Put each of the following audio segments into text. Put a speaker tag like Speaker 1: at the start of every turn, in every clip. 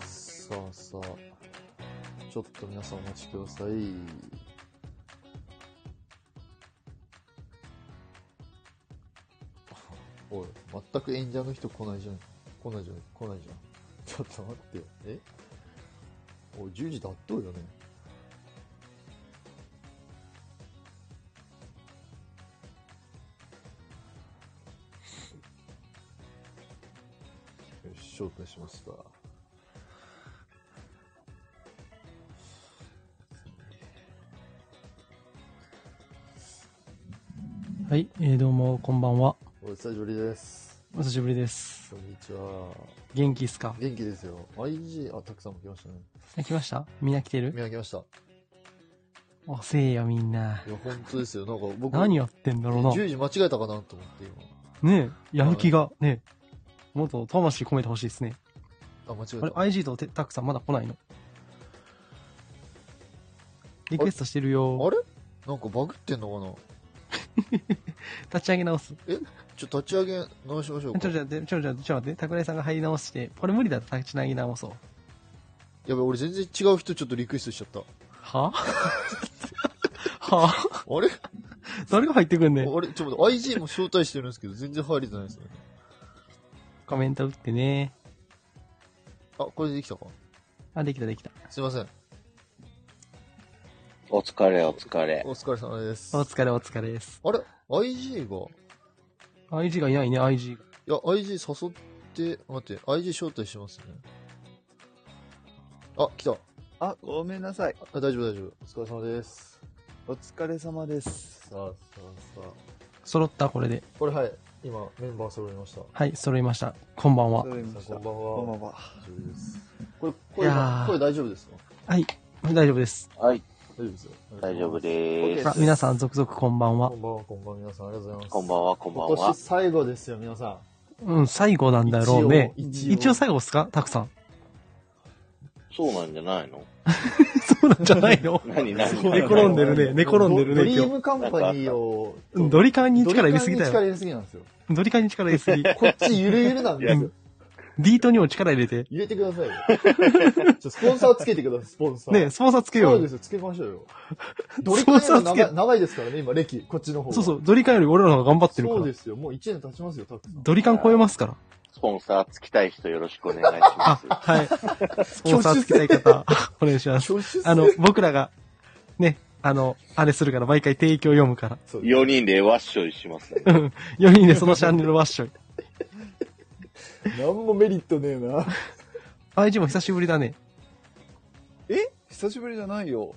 Speaker 1: さあさあ、ちょっと皆さんお待ちください。 おい、全く演者の人来ないじゃん。来ないじゃん、来ないじゃん。ちょっと待ってよ。えおい、10時だっとうよね。よし招待しました。
Speaker 2: はい、えーどうも、こんばんは。
Speaker 1: お久しぶりです。
Speaker 2: お久しぶりです。
Speaker 1: こんにちは。
Speaker 2: 元気っすか
Speaker 1: 元気ですよ。IG、あ、たくさんも来ましたね。
Speaker 2: え来ましたみんな来て
Speaker 1: 見
Speaker 2: る
Speaker 1: 上げました。
Speaker 2: 遅えよ、みんな。
Speaker 1: いや、本当ですよ。なんか僕、
Speaker 2: 何やってんだろうな。
Speaker 1: 10時間違えたかなと思って今。
Speaker 2: ねえ、やる気が、ねえ、もっと魂込めてほしいですね。
Speaker 1: あ、間違
Speaker 2: あれ、
Speaker 1: えた。
Speaker 2: IG とてたくさんまだ来ないのリクエストしてるよ。
Speaker 1: あれなんかバグってんのかな
Speaker 2: 立ち上げ直す。
Speaker 1: ちょ、立ち上げ直しましょう
Speaker 2: ち
Speaker 1: か。
Speaker 2: ょ、ちょ、ちょ、ちょ、ちょ、ちょ、待って、桜井さんが入り直して、これ無理だと立ち上げ直そう。
Speaker 1: やべ、俺全然違う人ちょっとリクエストしちゃった。
Speaker 2: はは
Speaker 1: あ れ
Speaker 2: 誰が入ってくんねん
Speaker 1: あれちょっと待って、IG も招待してるんですけど、全然入れてないですよね。
Speaker 2: コメント打ってね。
Speaker 1: あ、これでできたか
Speaker 2: あ、できたできた。
Speaker 1: すいません。
Speaker 3: お疲れお疲れ。
Speaker 1: お疲れ様です。
Speaker 2: お
Speaker 1: あ
Speaker 2: 疲れお疲れです。
Speaker 1: れ ?IG が
Speaker 2: IG がいないね、IG が。
Speaker 1: いや、IG 誘って、待って、IG 招待しますね。あ、来た。
Speaker 3: あ、ごめんなさい。
Speaker 1: あ大丈夫大丈夫。お疲れ様です。
Speaker 3: お疲れ様で
Speaker 1: さ
Speaker 3: す。
Speaker 1: あ、さあ、さ
Speaker 2: 揃った、これで。
Speaker 1: あ。これはい、今、メンバー揃いました。
Speaker 2: はい、揃いました。こんばんは
Speaker 3: ど。うも
Speaker 1: さあこんばんは
Speaker 3: こんばんは。
Speaker 1: 大丈夫です。これ、
Speaker 2: いやー
Speaker 1: これ大丈夫ですか
Speaker 2: はい、大丈夫です。
Speaker 3: はい、
Speaker 1: 大丈夫ですよ。
Speaker 3: 大丈夫
Speaker 1: す。
Speaker 3: で
Speaker 2: さ
Speaker 3: ー
Speaker 2: あ
Speaker 3: す。
Speaker 2: 皆さん、続々こんばんは
Speaker 1: こ。んばんは、こんばんは、皆さん、ありがとうございます。
Speaker 3: こんばんは、こんばん
Speaker 1: 今
Speaker 3: は
Speaker 1: 年。最後ですよ、皆さ
Speaker 2: うん、最後なんだろうね。
Speaker 1: 一応
Speaker 2: 一応
Speaker 1: 一応
Speaker 2: 最後っすかたくさん。
Speaker 3: そうなんじゃないの
Speaker 2: そうなんじゃないの
Speaker 3: 何
Speaker 1: ん。
Speaker 3: 何
Speaker 2: ごい寝転んでるね寝転んでるね
Speaker 1: ドリ
Speaker 2: 今
Speaker 1: ー
Speaker 2: 日
Speaker 1: ムカンパニーを、
Speaker 2: うんドリカンに力入れすぎ
Speaker 1: ド
Speaker 2: だ
Speaker 1: リカンに力入
Speaker 2: よ。
Speaker 1: れすぎなんですよ。
Speaker 2: ドリカンに力入れすぎ。
Speaker 1: こっちゆるゆるなんですよ。
Speaker 2: ビートにも力入れて。
Speaker 1: 入れてくださいよ。 ちょスポンサーつけてください、スポンサー。
Speaker 2: ねえスポンサーつけよ
Speaker 1: そう
Speaker 2: う
Speaker 1: で
Speaker 2: よ。
Speaker 1: すよ、つけましょうよ。ドリ
Speaker 2: ス
Speaker 1: カンより
Speaker 2: ポンサ
Speaker 1: も
Speaker 2: ーつけ
Speaker 1: 長い長いですからね、今、歴、こっちの方が。。
Speaker 2: そうそうう、ドリカンより俺らの方が頑張ってるか
Speaker 1: そう
Speaker 2: ら
Speaker 1: で。すよ、もう1年経ちますよ、たくさん。
Speaker 2: ドリカン超えますから。
Speaker 3: スポンサーつきたい人よろしくお願いしま
Speaker 2: あ
Speaker 3: す、。
Speaker 2: はい。スポンサーつけたい方、お願いします。
Speaker 1: 挙手
Speaker 2: あの、僕らが、ね、あの、あれするから、毎回提供読むから。
Speaker 1: そうです
Speaker 3: 4人でワッショイしますね。
Speaker 2: うん。4人で そのチャンネルワッショイ。
Speaker 1: なんもメリットねえな。
Speaker 2: IG も久しぶりだね。
Speaker 4: え久しぶりじゃないよ。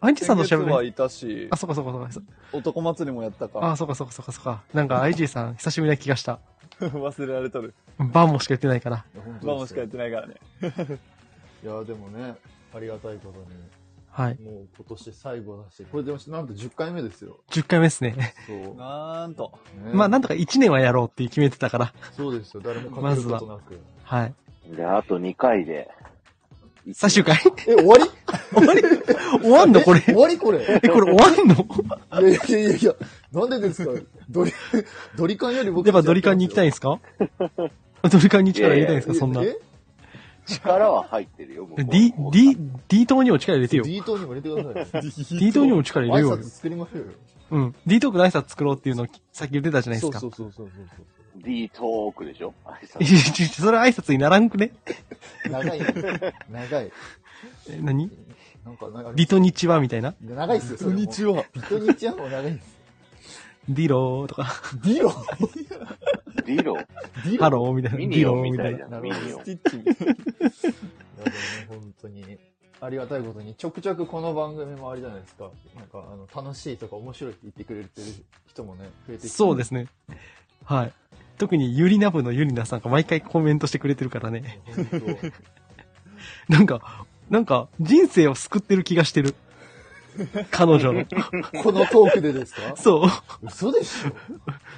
Speaker 2: IG さんと喋
Speaker 4: 先月は
Speaker 2: る。
Speaker 4: いたし
Speaker 2: あ、、そうかそうかそうかそうか。
Speaker 4: 男祭りもやった
Speaker 2: あ
Speaker 4: か。
Speaker 2: そうかそうかそうかそうか。なんか IG さん久しぶりな気がした。
Speaker 4: 忘れられとる。
Speaker 2: バンもしか言ってないから。
Speaker 4: ママしかやってないからね。
Speaker 1: いや、でもね、ありがたいこと
Speaker 2: はい。
Speaker 1: に、もう今年最後だし、これでもなんと10回目ですよ。
Speaker 2: 10回目ですね。
Speaker 1: そう。ね
Speaker 4: なんと。
Speaker 2: まあなんとか1年はやろうって決めてたから。
Speaker 1: そうですよ、誰もか
Speaker 2: ま
Speaker 1: ける
Speaker 2: ず
Speaker 1: こ
Speaker 2: は
Speaker 1: となく。
Speaker 2: はい。
Speaker 3: で、あと2回で。
Speaker 2: 最終回
Speaker 1: え、終わり
Speaker 2: 終わり終わんのこれ。
Speaker 1: 終わりこれ。
Speaker 2: え、これ終わんの
Speaker 1: いやいやいやいや、なんでですかドリ、ドリカンより僕
Speaker 2: やっぱドリカンに行きたいん
Speaker 1: ん
Speaker 2: です かドリカンに力入れたいんで
Speaker 3: で
Speaker 2: すかそんな。
Speaker 1: え
Speaker 3: 力は入ってるよ、僕
Speaker 2: D、D、D 島にも力入れてよ。
Speaker 1: D 党にも入れてくださいよ。
Speaker 2: D 島にも力入れ
Speaker 1: 挨
Speaker 2: ようよ
Speaker 1: 拶。作りましょうよ。
Speaker 2: うん。D トークの挨拶作ろうっていうのをさっき言ってたじゃないで
Speaker 1: そう
Speaker 2: すか。
Speaker 1: そうそうそうそう
Speaker 3: D トークでしょ挨
Speaker 2: い
Speaker 3: 拶
Speaker 2: やいやいや それ挨拶にならんくね
Speaker 1: そう。長い。長い。
Speaker 2: え何
Speaker 1: なんか長い。
Speaker 2: リトニチはみたいな。
Speaker 1: 長いっすよ、それも。
Speaker 4: 日は。
Speaker 1: ビトニチはもう長いっす。
Speaker 2: ディローとか、
Speaker 1: ディロ
Speaker 3: D ロ
Speaker 1: ディ
Speaker 2: ハ
Speaker 1: ロ
Speaker 2: ローみたいな。
Speaker 3: ミ
Speaker 2: デ
Speaker 3: ニ
Speaker 2: ィ
Speaker 3: オ
Speaker 2: ロ
Speaker 3: ン
Speaker 2: ー
Speaker 3: み
Speaker 2: み
Speaker 3: た
Speaker 2: たい
Speaker 3: い
Speaker 2: な。
Speaker 3: じゃ
Speaker 1: なる
Speaker 3: ミ
Speaker 1: ほど
Speaker 3: ニオン。
Speaker 4: スティッチみたい
Speaker 1: いやでもね、本当に、ありがたいことに、ちょくちょくこの番組もあれじゃないですか。なんか、あの、楽しいとか面白いって言ってくれてる人もね、増えてきて。。
Speaker 2: そうですすね。はい。特にユリナ部のユリナさんが毎回コメントしてくれてるからね。 なんか、なんか、人生を救ってる気がしてる。彼女の。
Speaker 1: このトークでですか
Speaker 2: そう。
Speaker 1: 嘘でしょ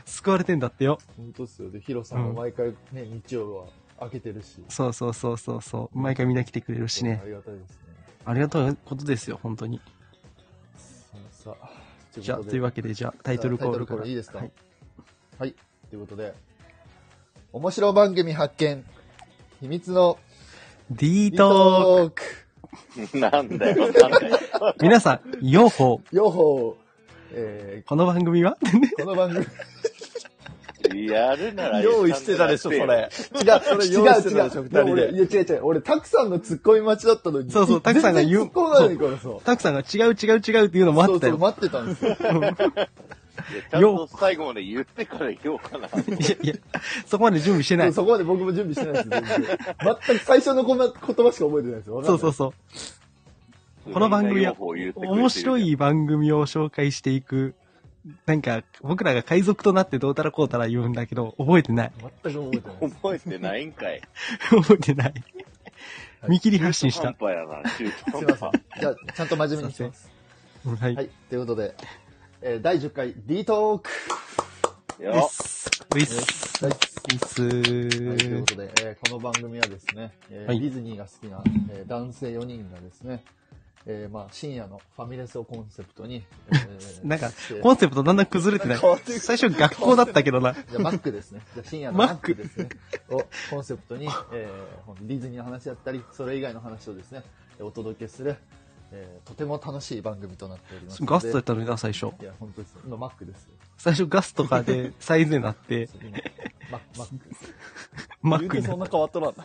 Speaker 2: 救われてんだってよ。
Speaker 1: 本当っすよ。で、ヒロさんも毎回ね、日曜は開けてるし。
Speaker 2: そうそうそうそうそう。毎回みんな来てくれるしね
Speaker 1: あ。りがたいですね。
Speaker 2: ありがたいことですよ、本当に。
Speaker 1: さあ、さ
Speaker 2: じゃあ、というわけで、じゃあ、タイトルコールから。
Speaker 1: いいですか
Speaker 2: は
Speaker 1: はい
Speaker 2: い、
Speaker 1: ということで、面白番組発見、秘密の
Speaker 2: D トー
Speaker 1: ーク
Speaker 3: なんだよ、なんだよ。
Speaker 2: ク皆さん、ようほう。
Speaker 1: よほーえ
Speaker 2: この番組は
Speaker 1: ー、この番組、
Speaker 3: やるなら
Speaker 4: 用意してたでしょ、それ。
Speaker 1: 違う、それ
Speaker 4: 違う
Speaker 1: 用意してたでしょ
Speaker 4: 違う
Speaker 1: 二人
Speaker 4: いや
Speaker 1: で。いや、違う違う。俺、たくさんの突っ込み待ちだったのに。
Speaker 2: そうそうタクさんが言
Speaker 1: 全然突
Speaker 2: う
Speaker 1: っ込まないからさ。そう
Speaker 2: たくさんが違う違う違うっていうのもあった
Speaker 1: そう
Speaker 2: よ。
Speaker 1: 待ってたんですよ。
Speaker 3: いやちゃんと最後まで言ってから言おうかな。
Speaker 2: いやいや、そこまで準備してない。そ
Speaker 1: そこまで僕も準備してないです よ全然。全く最初のこま言葉しか覚えてないですよ。わかんな
Speaker 2: う
Speaker 1: い
Speaker 2: そうそう。この番組は面白い番組を紹介していく。なんか、僕らが海賊となってどうたらこうたら言うんだけど、覚えてない。
Speaker 1: 全く覚えてないです。
Speaker 3: 覚えてないんかい。
Speaker 2: 覚えてない。見切り発信し
Speaker 3: 半
Speaker 2: た。
Speaker 3: 端やな、中途
Speaker 1: すい
Speaker 3: 半
Speaker 1: ま
Speaker 3: 端
Speaker 1: せん。じゃあ、ちゃんと真面目にします。
Speaker 2: はい。
Speaker 1: はい、ということで、えー、第10回 D トーク
Speaker 2: ウィ
Speaker 3: よ
Speaker 2: ス。ウィス。
Speaker 1: はい
Speaker 2: ウィス
Speaker 1: はい、ということで、えーこの番組はですね、えー
Speaker 2: はい
Speaker 1: ディズニーが好きな、えー男性4人がですね、えーまあ、深夜のファミレスをコンセプトに、えー
Speaker 2: なんか
Speaker 1: して、
Speaker 2: コンセプトだんだん崩れてない
Speaker 4: 変わって。る
Speaker 2: 最初学校だったけどな。
Speaker 1: じゃあマックですね。じゃあ深夜のマ
Speaker 2: マ
Speaker 1: ッ
Speaker 2: ッ
Speaker 1: ク
Speaker 2: ク
Speaker 1: ですね。をコンセプトに、えーほんとディズニーの話だったり、それ以外の話をですね、お届けする、えーとても楽しい番組となっておりますので。
Speaker 2: ガストやったのにな、最初。
Speaker 1: いや、本当です。今、マックです。
Speaker 2: 最初ガスとかでサイズになって、
Speaker 1: 今マック、マックです。
Speaker 2: マ
Speaker 4: 言
Speaker 2: ッ
Speaker 4: う
Speaker 2: ク
Speaker 4: て
Speaker 2: になっ
Speaker 4: そん
Speaker 2: た
Speaker 4: な変わっとらんな。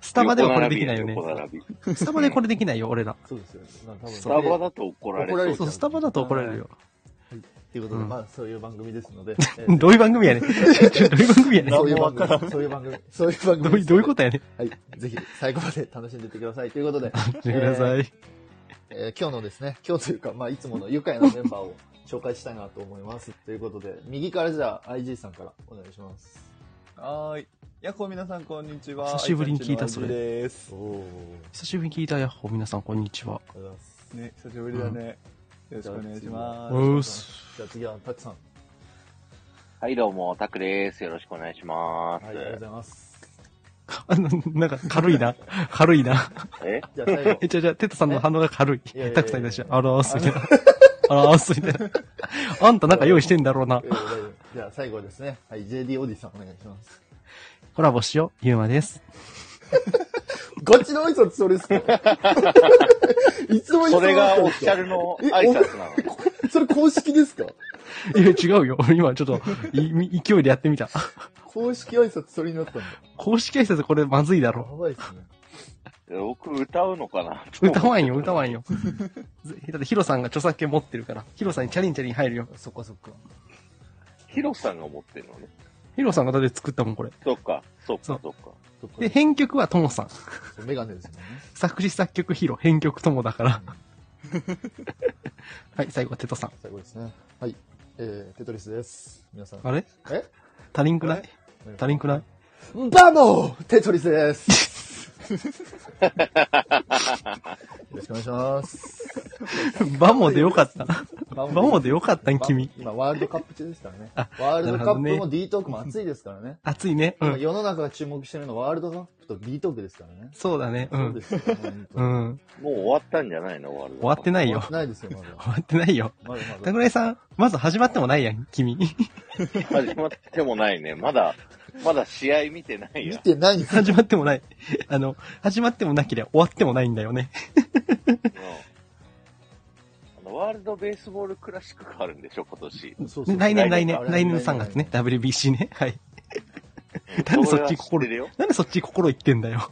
Speaker 2: スタバではこれできないよね。
Speaker 3: 横並び。
Speaker 2: スタバでこれできないよ、俺ら。
Speaker 1: そうですよ。まあ、多分
Speaker 3: スタバだと怒られ
Speaker 1: 怒られ
Speaker 3: そう
Speaker 1: る
Speaker 2: そう、
Speaker 3: じゃん
Speaker 2: スタバだと怒られるよ。
Speaker 1: ということで、
Speaker 2: うん
Speaker 1: まあ、そういう番組ですので、えー
Speaker 2: どういう番 組やねん。ちょどういう番組やねん。
Speaker 1: そう
Speaker 2: ど
Speaker 1: いうう番組、そういう番組、そういう番組
Speaker 2: いうどういうことやねん。
Speaker 1: はい。ぜひ、最後まで楽しんでいってください。ということで、
Speaker 2: 見てください。
Speaker 1: えー今日のですね、今日というか、まあ、いつもの愉快なメンバーを紹介したいなと思います。ということで、右からじゃあ、IG さんからお願いします。
Speaker 4: はーい。やっほー皆さん、こんにちは。
Speaker 2: 久しぶりに聞いたそれ
Speaker 4: あいちゃんちの味です。
Speaker 1: おお、あり
Speaker 2: 久しぶりに聞いたヤッホー。皆さん、こんにちは。
Speaker 1: がとうございます。
Speaker 4: ね、久しぶりだね。よろしくお願いしま
Speaker 2: う
Speaker 4: す。
Speaker 2: ーす。
Speaker 1: じゃあ次は、たくさん。
Speaker 3: はい、どうも、タクです。よろしくお願いしま
Speaker 1: はい、ありがとうご
Speaker 3: す。
Speaker 1: ざいます。
Speaker 2: あの、なんか、軽いな。軽いな。
Speaker 3: え
Speaker 1: じゃ あ最後
Speaker 2: え、。じゃあじゃあテトさんの反応が軽い
Speaker 1: いやいやいやいや。
Speaker 2: たくさんいらっしゃる。あらーす、みたいな。あらーす、みたいな。あんたなんか用意してんだろうな
Speaker 1: え。ーじゃあ最後ですね。はい、JD おじさんお願いします。
Speaker 2: コラボしよう。ゆうまです。
Speaker 1: ガチの挨拶それっ すかいつもいつも
Speaker 3: それがオフィシャルの挨拶なの。
Speaker 1: それ公式ですか
Speaker 2: いや、違うよ。今ちょっと、い勢いでやってみた。
Speaker 1: 公式挨拶それになったんだ。
Speaker 2: 公式挨拶これまずいだ
Speaker 1: や
Speaker 2: ろ。
Speaker 1: ばいっすね。
Speaker 3: 僕歌うのかな
Speaker 2: 歌わんよ、
Speaker 3: わ
Speaker 2: 歌わんよ。だってヒロさんが著作権持ってるから、ヒロさんにチャリンチャリン入るよ。
Speaker 1: そっかそっか。
Speaker 3: ヒロさんが持ってるのね。
Speaker 2: ヒロさんがだって作ったもん、これ。
Speaker 3: そっか、そっ
Speaker 2: そ
Speaker 3: か
Speaker 2: う、
Speaker 3: そっか。
Speaker 1: そっか
Speaker 2: で、編曲はともさん。
Speaker 1: メガネですもんね。
Speaker 2: 作詞作曲ヒロ、編曲ともだから。 はい、最後はテトさん。
Speaker 1: 最後ですね。はい。えー、テトリスです。皆さん。
Speaker 2: あれ
Speaker 1: え
Speaker 2: 足りんくない
Speaker 1: 何
Speaker 2: 足りんくない
Speaker 1: バモーテトリスです。よろしくお願いします。
Speaker 2: バモでよかった。
Speaker 1: バ
Speaker 2: バモでよかったん、君。
Speaker 1: 今、ワールドカップ中ですからね
Speaker 2: あ。
Speaker 1: ワールドカッ
Speaker 2: な
Speaker 1: プ
Speaker 2: る
Speaker 1: も
Speaker 2: ほ
Speaker 1: D トークも熱いですからね。
Speaker 2: 熱いね。う
Speaker 1: 今
Speaker 2: ん。
Speaker 1: 世の中が注目してるのはワールドカップと D トークですからね。
Speaker 2: そうだね。う
Speaker 1: そうで
Speaker 2: ん。
Speaker 1: すよ。本当
Speaker 2: う
Speaker 1: に
Speaker 2: ん。
Speaker 3: もう終わったんじゃないの終わる。
Speaker 2: 終わってないよ。
Speaker 1: ないですよ、まだ。
Speaker 2: 終わってないよ。
Speaker 1: まだま
Speaker 2: た
Speaker 1: だ。
Speaker 2: くらいさん、まず始まってもないやん、君。
Speaker 3: 始まってもないね。まだ、まだ試合見てない
Speaker 1: 見
Speaker 3: や。
Speaker 1: てないよ。
Speaker 2: 始まってもない。あの、始まってもなければ終わってもないんだよね。
Speaker 3: うんあのワールドベースボールクラシックがあるんでしょ、今年。
Speaker 1: そうそう
Speaker 2: 来年、来年、
Speaker 1: 来
Speaker 2: 来
Speaker 1: 年
Speaker 2: 年3月ね。WBC ね。はい。 なんでそっち
Speaker 3: 心
Speaker 2: 心
Speaker 3: るよ。
Speaker 2: なんでそっち心言ってんだよ。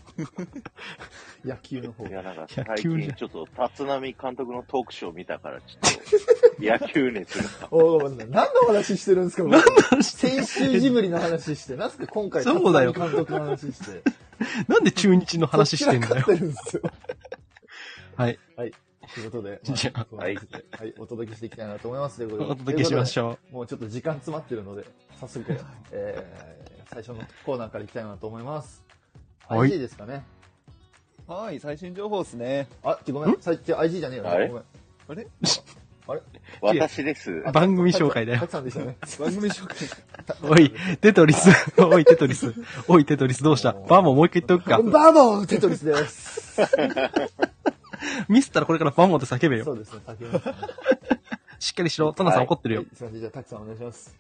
Speaker 1: 野球の方
Speaker 3: い。や、なんか
Speaker 2: 野
Speaker 3: 最
Speaker 2: 球じゃ
Speaker 3: 近ちょっと立浪監督のトークショー見たから、ちょっと野球熱が。
Speaker 1: おお、何の話してるんですか、何の話先週ジブリの話して、なんすか今回、
Speaker 2: そうだよ
Speaker 1: 立浪監督の話して。
Speaker 2: なんで中日の話してんだ
Speaker 1: そっち。ら勝
Speaker 2: よ
Speaker 1: ってるんですよ。
Speaker 2: はい。
Speaker 1: ということで、
Speaker 2: じゃあ
Speaker 1: まはい、はい、お届けしていきたいなと思います。ということで、
Speaker 2: お届けしましょ
Speaker 1: う。もうちょっと時間詰まってるの で、早速、えー、最初のコーナーからいきたいなと思います。
Speaker 2: はい
Speaker 1: IG ですかね。
Speaker 4: はーい、最新情報ですね。
Speaker 1: あ、ごめん、最近 IG じゃねえよ。
Speaker 3: あれ
Speaker 1: ごめん。
Speaker 4: あれ
Speaker 3: 私です。
Speaker 2: う。番組紹介だ
Speaker 1: た
Speaker 2: よ。
Speaker 1: くさんでした ね。
Speaker 4: 番組紹介。
Speaker 2: おい、テトリス。 おい、テトリス。おい、テトリスどうしたバーモンもう一回言っ てお
Speaker 1: バ
Speaker 2: くか。
Speaker 1: ーボンテトリスです。
Speaker 2: ミスったらこれからバーモンって叫べ
Speaker 1: そ
Speaker 2: よ。
Speaker 1: うですね、竹山さん。は
Speaker 2: しっかりしろ。トナさん
Speaker 3: はい
Speaker 2: 怒ってるよ
Speaker 1: い。すいません、じゃあ、たくさんお願いします。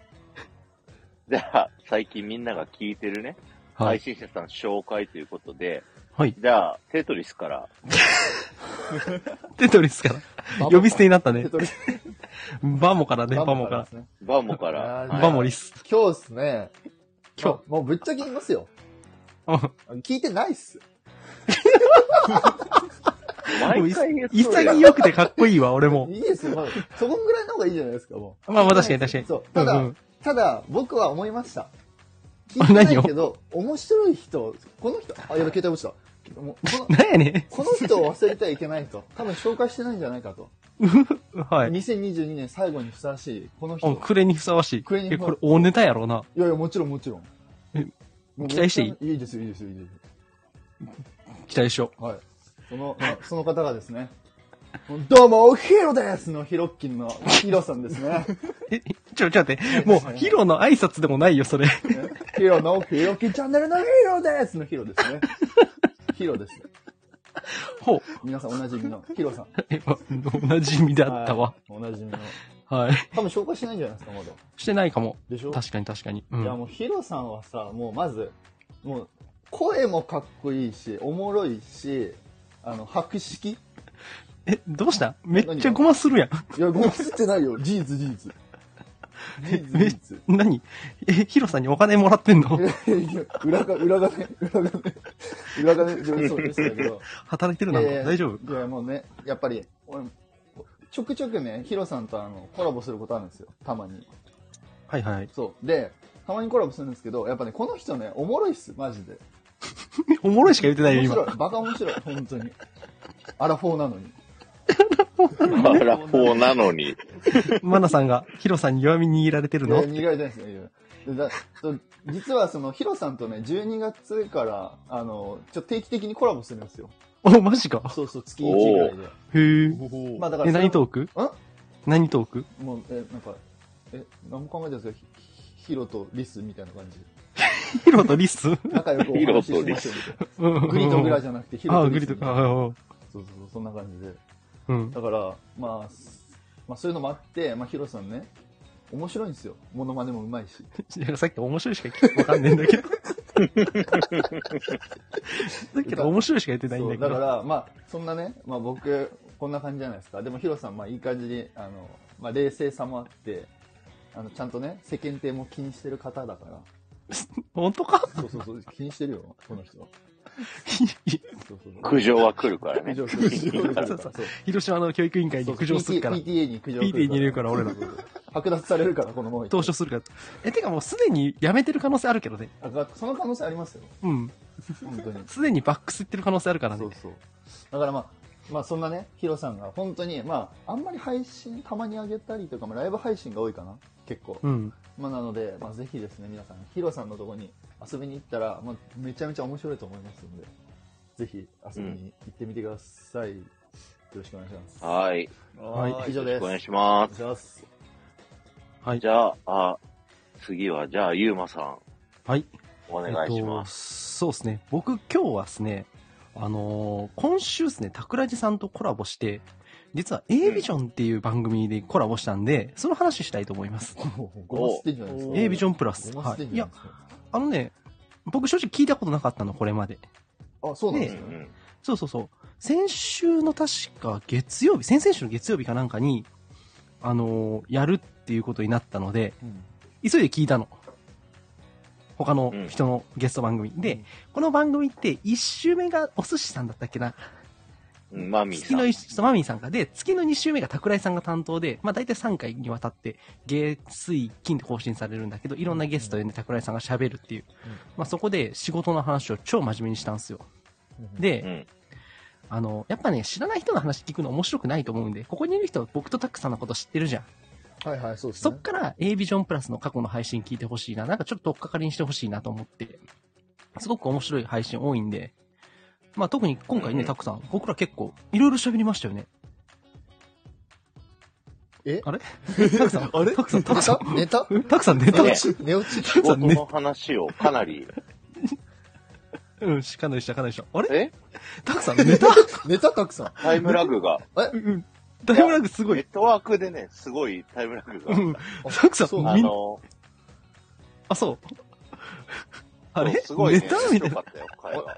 Speaker 3: じゃあ、最近みんなが聞いてるね、
Speaker 2: はい
Speaker 3: 配信者さん紹介ということで、
Speaker 2: はい。
Speaker 3: じゃあ、テトリスから、
Speaker 2: テトリスから。呼び捨てになったね
Speaker 1: テ。トリス
Speaker 2: バモからね、バモ
Speaker 1: バ
Speaker 2: か
Speaker 1: ですね
Speaker 3: バモから
Speaker 1: あ、ー
Speaker 3: はい
Speaker 2: ら。バモリス。
Speaker 1: 今日ですね。
Speaker 2: 今
Speaker 1: 日。もうぶっちゃけ言いますよ。
Speaker 2: あ
Speaker 1: 聞いてないっす。
Speaker 3: 毎回言っとるやん
Speaker 2: 潔くてかっこいいわ、俺も。
Speaker 1: いいですよ、まだ。そこぐらいの方がいいじゃないですか、もう。
Speaker 2: まあまあ確かに確かに。
Speaker 1: そう。た
Speaker 2: う
Speaker 1: だ
Speaker 2: ん、
Speaker 1: ただ、僕は思いました。聞いてないけど、面白い人、この人、あ、やばい、携帯落ちた。もう この
Speaker 2: なんやね
Speaker 1: この人を忘れてはいけないと。多分紹介してないんじゃないかと。
Speaker 2: ん。はい。
Speaker 1: 2022年最後にふさわしい、この人。
Speaker 2: あクレにふさわしい
Speaker 1: クレに。ふ
Speaker 2: え、
Speaker 1: さわ
Speaker 2: こ
Speaker 1: しい
Speaker 2: れ大ネタやろうな。
Speaker 1: いやいや、もちろんもちろん。
Speaker 2: え
Speaker 1: もう
Speaker 2: 期待していい
Speaker 1: もちろんいいですよ、いいですよ、いいですよ。
Speaker 2: 期待しよ
Speaker 1: はい。その、なその方がですね、どうも、ヒロですのヒロッキンのヒロさんですね。
Speaker 2: う。え、ちょ、ちょっと待って。もう、ヒロの挨拶でもないよ、それ。
Speaker 1: ねヒロのヒロキチャンネルのヒロですのヒロですね。ヒロです。
Speaker 2: ほう。
Speaker 1: 皆さんおなじみのヒロさん。
Speaker 2: え、まおなじみだったわ
Speaker 1: は。い。おなじみの。
Speaker 2: はい。
Speaker 1: 多分紹介してないんじゃないですか、まだ。
Speaker 2: してないかも。
Speaker 1: でしょ
Speaker 2: 確かに確かに。う
Speaker 1: いや、
Speaker 2: ん。
Speaker 1: もうヒロさんはさ、もうまず、もう、声もかっこいいし、おもろいし、あの、白色
Speaker 2: え、どうしためっちゃごまするやん。
Speaker 1: いや、ごめん、吸ってないよ。事実、事実。事 実、
Speaker 2: え
Speaker 1: 事実。
Speaker 2: 何え、ヒロさんにお金もらってんの
Speaker 1: いやいや 裏が、裏金、裏金、裏 金でそうでしたけど。
Speaker 2: 働いてるない
Speaker 1: やいや
Speaker 2: 大丈夫
Speaker 1: いや、もうね、やっぱり、俺、ちょくちょくね、ヒロさんとあの、コラボすることあるんですよ。たまに。
Speaker 2: はいはい。
Speaker 1: そう。で、たまにコラボするんですけど、やっぱね、この人ね、おもろいっす、マジで。
Speaker 2: おもろいしか言ってないよ、
Speaker 1: 面
Speaker 2: 今
Speaker 1: 白。い。バカ面白い、本当に。アラフォーなのに。
Speaker 3: アラフォーなのに。
Speaker 2: マナさんがヒロさんに弱み握られてる
Speaker 1: いや
Speaker 2: の
Speaker 1: 逃げられてないですねいやでだと実はその、ヒロさんとね、12月から、あの、ちょ、定期的にコラボするんですよ。
Speaker 2: お、マジか。
Speaker 1: そうそう、月1ぐらいで。
Speaker 2: へえ。
Speaker 1: まあだから
Speaker 2: え、
Speaker 1: それ
Speaker 2: 何トーク
Speaker 1: ん
Speaker 2: 何トーク
Speaker 1: もう、え、なんか、え、何も考えてないですけど、ひヒロとリスみたいな感 じ。
Speaker 2: ヒロとリス
Speaker 1: 仲良くお話ししてましょうみたいな。グリとグラじゃなくてヒ
Speaker 2: あ
Speaker 1: ロ
Speaker 2: あ、
Speaker 1: と
Speaker 2: グ
Speaker 1: リ
Speaker 2: リ
Speaker 1: ス
Speaker 2: と
Speaker 1: みたい
Speaker 2: か。
Speaker 1: な。
Speaker 2: あああ
Speaker 1: そうそうそう、そんな感じで。
Speaker 2: あうん。
Speaker 1: だから、まあ、すまあそういうのもあって、まあヒロさんね、面白いんですよ。モノマネもうまいし。
Speaker 2: いやさっき面白いしか聞いてわかんねえんだけど。だけど面白いしか言ってないん
Speaker 1: そ
Speaker 2: だ
Speaker 1: う
Speaker 2: け
Speaker 1: だか
Speaker 2: ど。
Speaker 1: ら、まあ、そんなね、まあ僕、こんな感じじゃないですか。でもヒロさん、まあいい感じに、あの、まあ冷静さもあって、あの、ちゃんとね、世間体も気にしてる方だから。
Speaker 2: 本当か
Speaker 1: そうそうそう、気にしてるよ、この人は。そうそう そう。
Speaker 3: 苦情は来るからね。
Speaker 1: 苦情する
Speaker 2: そうそう広島の教育委員会に苦情するから、
Speaker 1: PTA に苦情
Speaker 2: PTA に入れるから俺ら
Speaker 1: 剥奪されるから、このまま
Speaker 2: 投書するから。え、てかもうすでに辞めてる可能性あるけどね。
Speaker 1: あがその可能性ありますよ。
Speaker 2: うん。
Speaker 1: 本当に。
Speaker 2: すでにバックス行ってる可能性あるから
Speaker 1: そ
Speaker 2: ね
Speaker 1: う。そう。だからまあ、まあそんなね、ヒロさんが本当に、まあ、あんまり配信たまに上げたりとか、まあライブ配信が多いかな。結構。
Speaker 2: うん。
Speaker 1: まあなので、まあぜひですね、皆さん、ヒロさんのとこに遊びに行ったら、まあめちゃめちゃ面白いと思いますので、ぜひ遊びに行ってみてください。よろしくお願いします。
Speaker 3: はい。
Speaker 2: はい
Speaker 1: 以上
Speaker 3: よ
Speaker 1: です。
Speaker 3: ろしくお願い
Speaker 1: し
Speaker 3: しま。
Speaker 1: ますす。
Speaker 2: はい
Speaker 3: じ。ゃあ、あ次は、じゃあ、ゆうまさん、
Speaker 2: はい。
Speaker 3: お願いし
Speaker 2: えっと、
Speaker 3: ます。
Speaker 2: そうですね。僕今日はですね、あのー今週ですね、桜地さんとコラボして、実は A ビジョンっていう番組でコラボしたんで、その話したいと思います。
Speaker 1: ごま吸ってんじゃないですか。
Speaker 2: A ビジョ
Speaker 1: ン
Speaker 2: ンプラス。
Speaker 1: ごま吸
Speaker 2: は
Speaker 1: って
Speaker 2: い。
Speaker 1: ん
Speaker 2: い
Speaker 1: じゃな
Speaker 2: や
Speaker 1: い、ですか。
Speaker 2: あのね、僕正直聞いたことなかったの、これまで。
Speaker 1: あ、そうなんです
Speaker 3: うんう
Speaker 1: ね。
Speaker 3: ん
Speaker 2: そうそうそう。先週の確か月曜日、先々週の月曜日かなんかに、あのーやるっていうことになったので、急いで聞いたの。他の人のゲスト番組。で、この番組って1週目がお寿司さんだったっけな
Speaker 3: うん。マミー
Speaker 2: 月
Speaker 3: さ
Speaker 2: の
Speaker 3: ん。
Speaker 2: 一そうマミーさんがで、月の2週目が桜井さんが担当で、まあ大体3回にわたって、月、水、金で更新されるんだけど、いろんなゲストでね、桜井さんが喋るっていう
Speaker 1: うん。
Speaker 2: まあそこで仕事の話を超真面目にしたんですよ。
Speaker 1: うん、
Speaker 3: う
Speaker 2: で、
Speaker 3: ん。
Speaker 2: あの、やっぱね、知らない人の話聞くの面白くないと思うんで、ここにいる人、僕とタックさんのこと知ってるじゃん。
Speaker 1: はいはい、そうです
Speaker 2: そ
Speaker 1: ね
Speaker 2: っ。から A ビジョンプラスの過去の配信聞いてほしいな。なんかちょっと取っかかりにしてほしいなと思って。すごく面白い配信多いんで。まあ特に今回
Speaker 3: うんう
Speaker 2: ね、
Speaker 3: ん
Speaker 2: たくさん、僕ら結構いろいろ喋りましたよね。
Speaker 1: え
Speaker 2: あれたくさん、あれたくさん、たくさん、
Speaker 1: ネタ
Speaker 2: たくさん ネタ
Speaker 3: ね
Speaker 1: ネタ寝落ち
Speaker 2: た
Speaker 3: 仕
Speaker 2: くさ
Speaker 3: 事
Speaker 2: んね、
Speaker 3: の話をかなり、
Speaker 2: うん、しかないした、かないした。あれ
Speaker 3: え
Speaker 2: たくさんネタ
Speaker 1: ネタたくさん。
Speaker 3: タイムラグが、
Speaker 2: うん、だいぶラ グすご
Speaker 3: ネ
Speaker 2: い
Speaker 3: ッ。トワークでね、すごいタイムラグが
Speaker 2: う。ん、たくさ、
Speaker 1: そうん
Speaker 3: あ
Speaker 2: みんな、
Speaker 3: の、
Speaker 2: あ、そう。あれ
Speaker 3: すごいね。
Speaker 2: ネタみたい
Speaker 3: 面白
Speaker 2: な。
Speaker 3: かったよ、会話。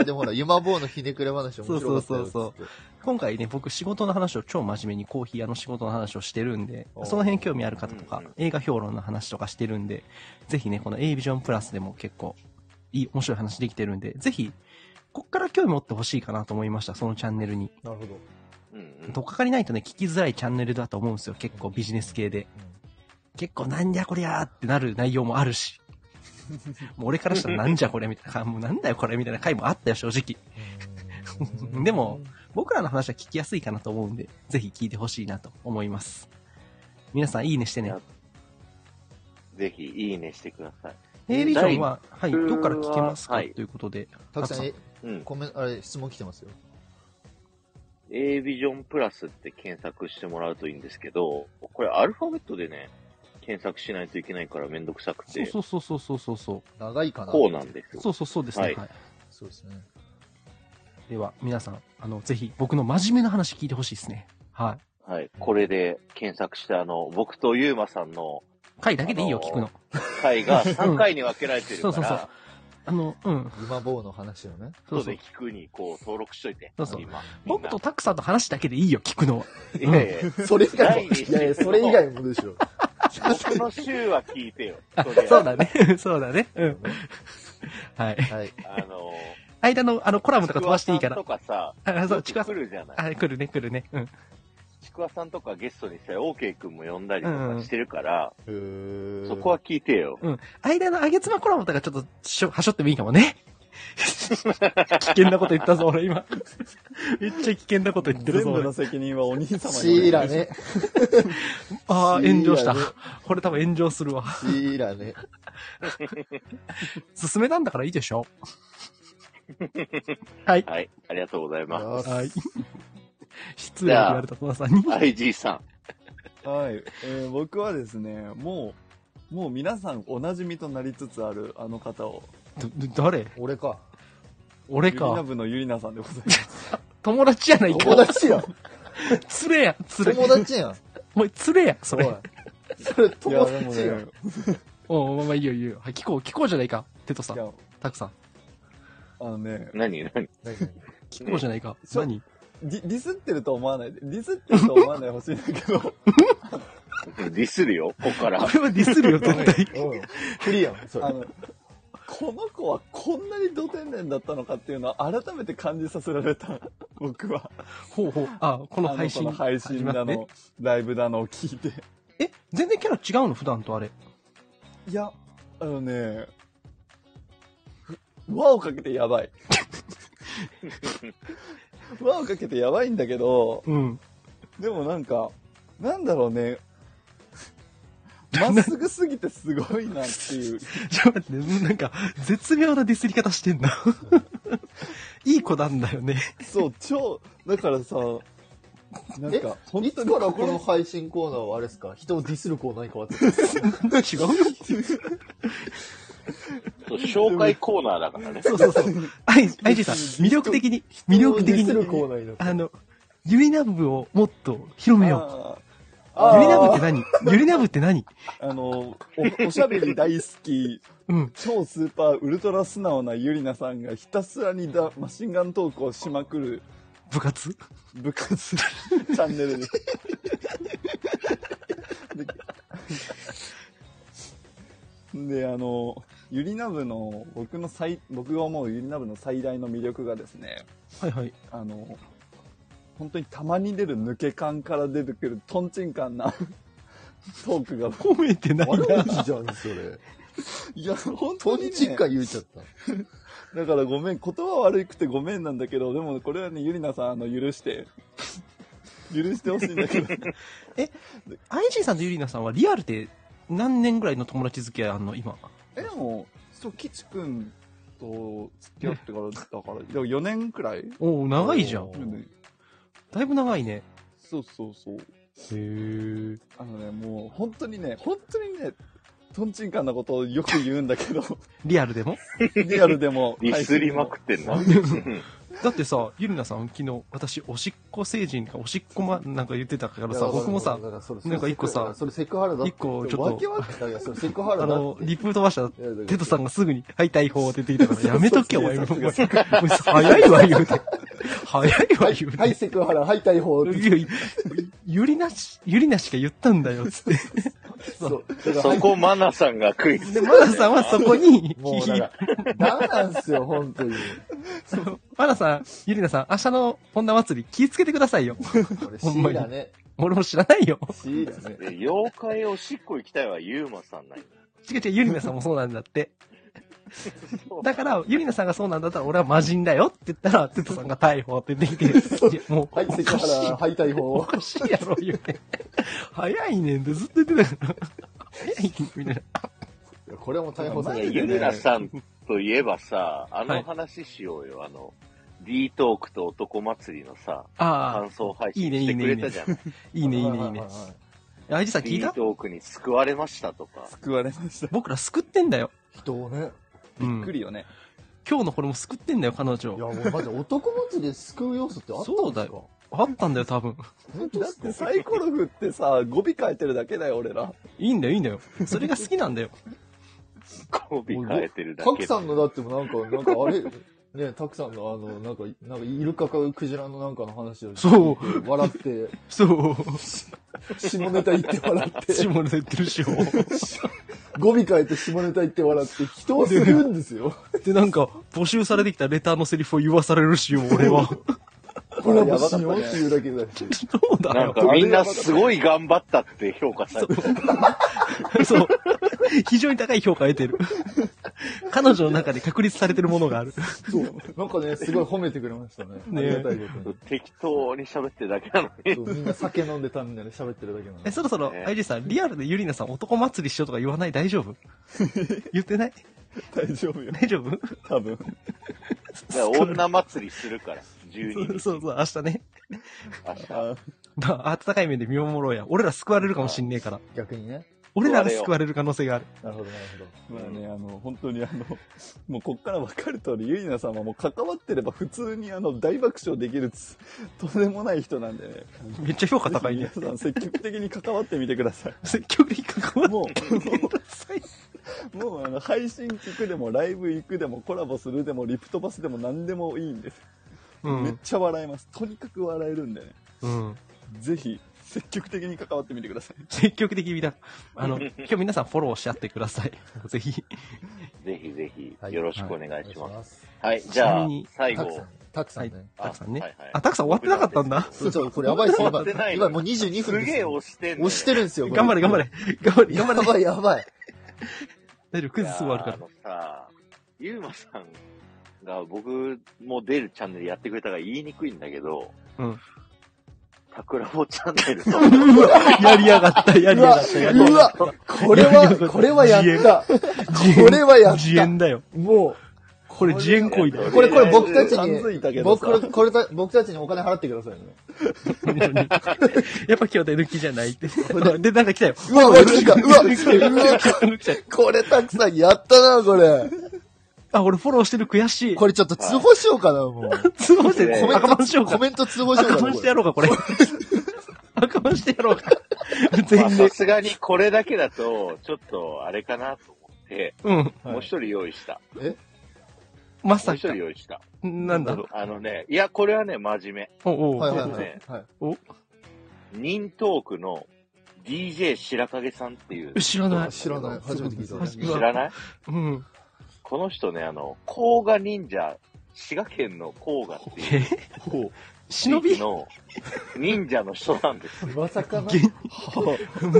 Speaker 1: あ、でもほら、ゆまぼうのひねくれ話面白かったよ。
Speaker 2: そうそ
Speaker 1: つ
Speaker 2: う
Speaker 1: って
Speaker 2: 今回ね、僕仕事の話を超真面目にコーヒー屋の仕事の話をしてるんで、
Speaker 1: おー
Speaker 2: その辺興味ある方とか
Speaker 3: うんうん、
Speaker 2: 映画評論の話とかしてるんで、ぜひね、この A ビジョンプラスでも結構いい、面白い話できてるんで、ぜひ、こっから興味持ってほしいかなと思いました、そのチャンネルに。
Speaker 1: なるほど。
Speaker 3: うんうん
Speaker 2: とっかかりないとね、聞きづらいチャンネルだと思うんですよ、結構ビジネス系で。結構なんじゃこりゃーってなる内容もあるし。もう俺からしたらなんじゃこれみたいな、もうなんだよこれみたいな回もあったよ、正直。
Speaker 1: うん。うん
Speaker 2: でも、僕らの話は聞きやすいかなと思うんで、ぜひ聞いてほしいなと思います。皆さんいいねしてね
Speaker 3: や。ぜひ、いいねしてください。
Speaker 2: A ビジョンは、はい、
Speaker 3: 第
Speaker 2: どこから聞けますか、
Speaker 3: はい
Speaker 2: ということで。
Speaker 1: たくさんえ、
Speaker 3: うん。
Speaker 1: コメント、あれ、質問来てますよ。
Speaker 3: A ビジョンプラスって検索してもらうといいんですけど、これアルファベットでね、検索しないといけないからめんどくさく
Speaker 2: そう
Speaker 3: て、
Speaker 2: そうそうそうそうそうそ
Speaker 1: 長いかな。
Speaker 3: こうなんです
Speaker 2: う。
Speaker 3: よ。
Speaker 2: そうそうそうですね。
Speaker 3: はい
Speaker 2: はい
Speaker 1: そうですね。
Speaker 2: では、皆さん、あの、ぜひ僕の真面目な話聞いてほしいですね。はい。
Speaker 3: はい。これで検索して、あの、僕とユーマさんの
Speaker 2: 回だけでいいよ、
Speaker 3: あのー
Speaker 2: 聞くの。
Speaker 3: 回が3回に分けられてるから、
Speaker 2: うんそうそうそうあの、うん。
Speaker 1: ゆまぼうの話をね。
Speaker 2: そう
Speaker 3: 後
Speaker 2: そう
Speaker 3: で。聞くにこう登録しといて。
Speaker 2: そうそう
Speaker 3: 今みん
Speaker 2: 僕
Speaker 3: な
Speaker 2: とタクさんの話だけでいいよ、聞くのは。
Speaker 3: いやいや
Speaker 1: それ以外も、
Speaker 3: 第二
Speaker 1: いやいや、それ以外もでしょ。
Speaker 3: 僕の週は聞いてよ。それ
Speaker 2: そうだね。 そうだね。うん。はい。
Speaker 1: はい。
Speaker 3: あの、
Speaker 2: 間の、あの、コラムとか飛ばしていいか
Speaker 3: ち
Speaker 2: ら。
Speaker 3: くわさんとかさ、
Speaker 2: あ、そう、
Speaker 3: ち
Speaker 2: ち
Speaker 3: く
Speaker 2: くわ
Speaker 3: わ来
Speaker 2: さん。
Speaker 3: るじゃない。
Speaker 2: あ、来るね、来るね。うん。
Speaker 3: ちくわさんとかゲストにしたら、オーケーくんも呼んだりとかしてるから、
Speaker 1: へー
Speaker 3: そこは聞いてよ。
Speaker 2: 間のあげつまコラボとかちょっとしょ、は しょってもいいかもね。危険なこと言ったぞ、俺今。 めっちゃ危険なこと言ってる
Speaker 4: 全
Speaker 2: ぞ、
Speaker 4: 部
Speaker 2: 俺
Speaker 4: の。責任はお兄様に。
Speaker 1: シーラ。ね。
Speaker 2: ああ、炎上した
Speaker 1: いいや。
Speaker 2: これ多分炎上するわ。
Speaker 1: シーラね。
Speaker 2: 進めたんだからいいでしょ。はい。
Speaker 3: はい。ありがとうございます。
Speaker 1: よし
Speaker 2: はい。失礼を言われた戸田さんに。
Speaker 3: IG さん。
Speaker 4: はい。えー僕はですね、もう、もう皆さんお馴染みとなりつつあるあの方を、
Speaker 2: どど誰
Speaker 1: 俺か。
Speaker 2: 俺
Speaker 4: ゆりな
Speaker 2: か。
Speaker 4: 部のゆりなさんでございます。
Speaker 2: 友達やない
Speaker 1: 友
Speaker 2: か。
Speaker 1: 達やん。
Speaker 2: つれや、つれ。
Speaker 1: 友達やん。
Speaker 2: お前、つれや、そ
Speaker 1: おい
Speaker 2: れ。。
Speaker 1: それ
Speaker 4: いや、
Speaker 1: 友
Speaker 4: でも
Speaker 1: 達やん。
Speaker 4: ね、
Speaker 2: おうまあまあいいよいいよ。はい、聞こう、聞こうじゃないか。テトさ
Speaker 4: い
Speaker 2: ん、
Speaker 4: や、
Speaker 2: タクさん。
Speaker 4: あのね、
Speaker 3: 何何
Speaker 1: 何何
Speaker 2: 聞こうじゃないか。
Speaker 4: そう
Speaker 2: 何
Speaker 4: ディディスってると思わないで、ディスってると思わないでほしいんだけ ど、
Speaker 3: ディスるよ、ここから
Speaker 2: こ。れはディスるよ、絶対。
Speaker 1: おいフリーやん、それ
Speaker 4: あ。の、この子はこんなに土天然だったのかっていうのを改めて感じさせられた、僕は。
Speaker 2: ほうほう。あ、この
Speaker 4: あ
Speaker 2: 配信。
Speaker 4: この配信
Speaker 2: 始ま
Speaker 4: だ
Speaker 2: って
Speaker 4: の、ライブだのを聞いて。
Speaker 2: え、全然キャラ違うの普段とあれ。
Speaker 4: いや、あのね、ふ輪をかけてや ばい。輪をかけてやばいんだけど、
Speaker 2: うん。
Speaker 4: でもなんか、なんだろうね、まっすぐすぎてすごいなってい う。
Speaker 2: ちょっと待って、なんか、絶妙なディスり方してんな。 いい子なんだよね。
Speaker 4: そう、超、だからさ、なんか、本
Speaker 1: い
Speaker 4: 当
Speaker 1: つ
Speaker 4: に
Speaker 1: からこの配信コーナーはあれですか人をディスるコーナーに変わって
Speaker 2: 違うよ。
Speaker 3: 紹介コーナーだからね。
Speaker 2: そうそうそう。アイ、アイジさん、魅力的に、魅力的
Speaker 1: 人をディスるコーナーに
Speaker 2: に、
Speaker 1: なって
Speaker 2: あの、ゆりなぶをもっと広めよ
Speaker 4: あ
Speaker 2: う。ゆりなぶっ
Speaker 1: あ
Speaker 2: て何ゆりなぶって何
Speaker 4: ーあのお、おしゃべり大好き、
Speaker 2: うん。
Speaker 4: 超スーパーウルトラ素直なゆりなさんがひたすらにだマシンガントークをしまくる
Speaker 2: 部活
Speaker 4: 部活チャンネルです。で、であの、ゆりなぶの、僕の最、僕が思うゆりなぶの最大の魅力がですね、
Speaker 2: はいはい。
Speaker 4: あの、本当にたまに出る抜け感から出てくるトンチンカン なトークが、
Speaker 2: 褒めてない
Speaker 1: 悪
Speaker 2: な。
Speaker 1: 口じゃん、 それ。
Speaker 4: いや、本
Speaker 1: 当
Speaker 4: 当に、
Speaker 1: に
Speaker 4: ね、
Speaker 1: ちっか言うちゃった。
Speaker 4: だからごめん、言葉悪くてごめんなんだけど、でもこれはね、ゆりなさん、あの、許して、 許してほしいんだけど、
Speaker 2: アイジさんとゆりなさんはリアルで何年ぐらいの友達付き合いあんの今。
Speaker 4: え、でも、そう、きちくんと付き合ってから、だ から、4年くらい
Speaker 2: おお長いじゃん
Speaker 1: お。ー
Speaker 2: だいぶ長いね。
Speaker 4: そうそうそう。
Speaker 2: へえ。
Speaker 4: あのね、もう、本当にね、本当にね、トンチンカンなことをよ く言うんだけど、
Speaker 2: リアルでも
Speaker 4: リアルでも、
Speaker 3: ディスりまくってんな。
Speaker 4: は
Speaker 3: う
Speaker 4: い
Speaker 3: ん
Speaker 2: だってさ、ゆりなさん、昨日、私、おしっこ成人か、おしっこま、なんか言ってたからさ、僕もさ、なんか一個さ
Speaker 1: それセクハラだ
Speaker 2: 一個ちょっと
Speaker 1: わけわかんないいやそれセクハ
Speaker 2: あ
Speaker 1: ラだっ
Speaker 2: の、
Speaker 1: て
Speaker 2: リプ飛ばしたら
Speaker 1: いやだから
Speaker 2: テトさんがすぐに、はい、逮捕って言ってきたから、やめとけ、お前。も
Speaker 4: そううそ
Speaker 2: もう早いわ、言うて。早いわ、
Speaker 1: はい、
Speaker 2: 言う
Speaker 1: はい、
Speaker 2: て。
Speaker 1: セクハラ、はい、逮捕。
Speaker 2: いやゆりなし、ゆりなしか言ったんだよ、つって。
Speaker 1: そう。だか
Speaker 3: そ
Speaker 1: ら
Speaker 3: こ、マナさんがクイズ。
Speaker 2: で、マナさんはそこに、
Speaker 1: もうだから、ダメなんですよ、本当に。
Speaker 2: そうマナさん、ゆりなさん、明日の女祭り気ぃつけてくださいよ。
Speaker 1: 俺、
Speaker 2: ほん
Speaker 1: C
Speaker 2: まに
Speaker 1: だね。
Speaker 2: 俺も知らないよ。
Speaker 1: C だね。
Speaker 3: で妖怪おしっこ行きたいはユーマさんない。
Speaker 2: 違う違う、ゆりなさんもそうなんだって。だから、ゆりなさんがそうなんだったら、俺は魔人だよって言ったら、テトさんが逮捕って出てきて、いやもう、
Speaker 1: はい、セクハラ、はい、逮
Speaker 2: お
Speaker 1: 捕。
Speaker 2: かしいやろ、言うて。早いねんってずっと言ってたから。早いねんみたいな。
Speaker 1: いやこれはもう逮捕さ
Speaker 3: い
Speaker 1: れ
Speaker 3: や、
Speaker 1: る
Speaker 3: ゆ
Speaker 1: よね
Speaker 3: りなさんといえばさ、あ
Speaker 2: は
Speaker 3: の
Speaker 2: い
Speaker 3: 話しようよ、あの、D トークと男祭りのさ、
Speaker 2: あ
Speaker 3: 感
Speaker 2: あ、
Speaker 3: 想配
Speaker 2: いい
Speaker 3: 信
Speaker 2: ね
Speaker 3: してくれたじゃん。
Speaker 2: いいね、いいね、い
Speaker 1: はい
Speaker 2: ね
Speaker 1: は。は
Speaker 2: あいじさん聞
Speaker 3: D
Speaker 2: い
Speaker 3: ト
Speaker 2: た
Speaker 3: ークに救われましたとか。
Speaker 4: 救われました。
Speaker 2: 僕ら救ってんだよ。
Speaker 1: 人をね。
Speaker 2: う
Speaker 4: びっく
Speaker 2: ん。
Speaker 4: りよね。
Speaker 2: 今日のこれも救ってんだよ、彼
Speaker 1: い
Speaker 2: 女。
Speaker 1: や、もうマジで男祭りで救う要素ってあったんですか
Speaker 2: そうだよ。あったんだよ、多分。
Speaker 1: 本当で
Speaker 4: だっ
Speaker 1: す
Speaker 4: て
Speaker 1: か
Speaker 4: サイコロ振ってさ、語尾変えてるだけだよ、俺ら。
Speaker 2: いいんだよ、いいんだよ。それが好きなんだ よ。
Speaker 3: 語尾変えてるだ
Speaker 1: た
Speaker 3: け
Speaker 1: く。さんのだってもなんか、なんかあれ、ね、たくさんのあの、なんか、なんかイルカかクジラのなんかの話を
Speaker 2: そう
Speaker 1: 笑って、
Speaker 2: そう。
Speaker 1: 下ネタ言って笑って、
Speaker 2: 下ネタ言ってるしよ。
Speaker 1: 語尾変えて下ネタ言って笑って、人を救うんですよ。
Speaker 2: で、なんか、募集されてきたレターのセリフを言わされるしよ、俺は。
Speaker 1: コラボしようっていうだけだし。
Speaker 2: そうだ
Speaker 3: なん
Speaker 2: よ。
Speaker 3: かみんなすごい頑張ったって評価されて る。
Speaker 2: そう。非常に高い評価を得てる。 彼女の中で確立されてるもの がある。
Speaker 1: そう。なんかね、すごい褒めてくれましたね。
Speaker 2: ね
Speaker 1: ありがたいことに。
Speaker 3: 適当に喋ってるだけなのに。
Speaker 1: そうみんな酒飲んでたみたいな喋ってるだけなの
Speaker 2: え、。そろそろ、
Speaker 3: ね
Speaker 2: あいじさん、リアルでゆりなさん男祭りしようとか言わない大丈 夫言ってない
Speaker 4: 大丈夫よ。
Speaker 2: 大丈夫
Speaker 4: 多分。
Speaker 3: だから女祭りするから、12日。
Speaker 2: そうそう、明日ね。
Speaker 3: 明日
Speaker 4: あ
Speaker 2: まあ、温かい目で見守ろうや。俺ら救われるかもしんねえから。
Speaker 1: 逆にね。
Speaker 2: 俺らが救われる可能性がある。
Speaker 1: なるほど、なるほど。
Speaker 4: まあね、あの、本当にあの、もうこっから分かる通り、ゆりなさんはもう関わってれば普通にあの、大爆笑できるつ、とんでもない人なんでね。
Speaker 2: めっちゃ評価高い
Speaker 4: ぜ
Speaker 2: ね
Speaker 4: ひ。皆さん積極的に関わってみてくだ さい。
Speaker 2: 積極的に関わ
Speaker 4: も
Speaker 2: ってみてくださ い。
Speaker 4: もうあの、配信聞くでも、ライブ行くでも、コラボするでも、リプ飛ばすでも何でもいいんです。
Speaker 2: う
Speaker 4: めっ
Speaker 2: ん。
Speaker 4: ちゃ笑えます。とにかく笑えるんでね。
Speaker 2: うん。
Speaker 4: ぜひ、積極的に関わってみてください。
Speaker 2: 積極的にだ。あの、今日皆さんフォローし合ってください。ぜひ。
Speaker 3: ぜひぜひ
Speaker 1: は、い
Speaker 3: よろしくお願
Speaker 1: お
Speaker 3: いします。
Speaker 1: す。
Speaker 3: はい、
Speaker 2: ます
Speaker 3: じゃ
Speaker 2: ちな
Speaker 3: あ
Speaker 2: みに、
Speaker 3: 最
Speaker 1: たく
Speaker 3: 後
Speaker 1: さん。、たくさんね。
Speaker 2: たくさんね
Speaker 3: はいはい。
Speaker 2: あ、たくさん終わってなかったん だ。
Speaker 1: そうそう、これやばいですよ。
Speaker 3: 終わってな
Speaker 1: 今、
Speaker 3: い
Speaker 1: 今もう22分
Speaker 3: す
Speaker 1: です
Speaker 3: げえ
Speaker 1: よ。
Speaker 3: 押してんね
Speaker 1: 押してるんですよ。こ
Speaker 2: 頑張れ頑張れ。頑張れ
Speaker 1: や
Speaker 2: 頑張れ。
Speaker 1: ばいやばい。
Speaker 2: 大丈夫、クイズすぐ終わるか
Speaker 3: い
Speaker 2: ら
Speaker 3: や。ーあのさ、ゆうまさんが僕も出るチャンネルやってくれたから言いにくいんだけど、
Speaker 2: うん。
Speaker 3: タクラボチャンネ ルと、
Speaker 2: やりやがった、やり
Speaker 1: う
Speaker 2: や
Speaker 1: わ
Speaker 2: がった、やりや
Speaker 1: う
Speaker 2: が
Speaker 1: わ
Speaker 2: っ
Speaker 1: これは、これはやった。
Speaker 2: た。自演
Speaker 1: これはやった
Speaker 2: 自演だよ。
Speaker 1: も
Speaker 2: これ自演行為だ
Speaker 1: う、
Speaker 2: よ。
Speaker 1: これこれ僕たち
Speaker 4: 感づいた
Speaker 1: に、
Speaker 4: けど
Speaker 1: 僕
Speaker 4: さ
Speaker 1: これこれた僕たちにお金払ってくださいね。
Speaker 2: 本当にやっぱ今日手抜きじゃないって。で、なんか来たよ。
Speaker 1: うわ、マジか。うわ、うわ、
Speaker 2: 来たよ
Speaker 1: これたくさんやったな、これ。
Speaker 2: あ、俺フォローしてる悔しい。
Speaker 1: これちょっと通報しようかな、もう。
Speaker 2: 通報して
Speaker 3: コメン、
Speaker 2: 赤番 しよう
Speaker 1: コ
Speaker 2: か。
Speaker 1: メント通報しよう
Speaker 2: 赤
Speaker 1: かな
Speaker 2: 番
Speaker 1: こ
Speaker 2: して
Speaker 1: れ
Speaker 2: や。ろうか、これ。赤番してやろうか。
Speaker 3: まあ
Speaker 2: 全
Speaker 3: さ
Speaker 2: 然。
Speaker 3: すがにこれだけだと、ちょっとあれかなと思って、
Speaker 2: うん。
Speaker 1: はい
Speaker 3: もう一人用意した。
Speaker 1: え
Speaker 2: ま
Speaker 3: もう
Speaker 2: さ
Speaker 3: 一
Speaker 2: か
Speaker 3: 人。用意した。
Speaker 2: なんだろう。
Speaker 3: あのね、いや、これはね、真面目。
Speaker 2: おう
Speaker 1: はいはい
Speaker 2: おう。
Speaker 1: はいはい。
Speaker 3: ニントークの DJ 白影さんっていう、
Speaker 2: 知らない。
Speaker 1: 知らない。初めて聞いた。
Speaker 2: 初めて
Speaker 3: 知らない
Speaker 2: うん。
Speaker 3: この人ね、あの、甲賀忍者、滋賀県の甲賀っていう
Speaker 2: え
Speaker 1: ほう
Speaker 2: 忍び
Speaker 3: 地域の忍者の人なんです。
Speaker 1: まさかの、
Speaker 2: げ
Speaker 1: チ
Speaker 2: ん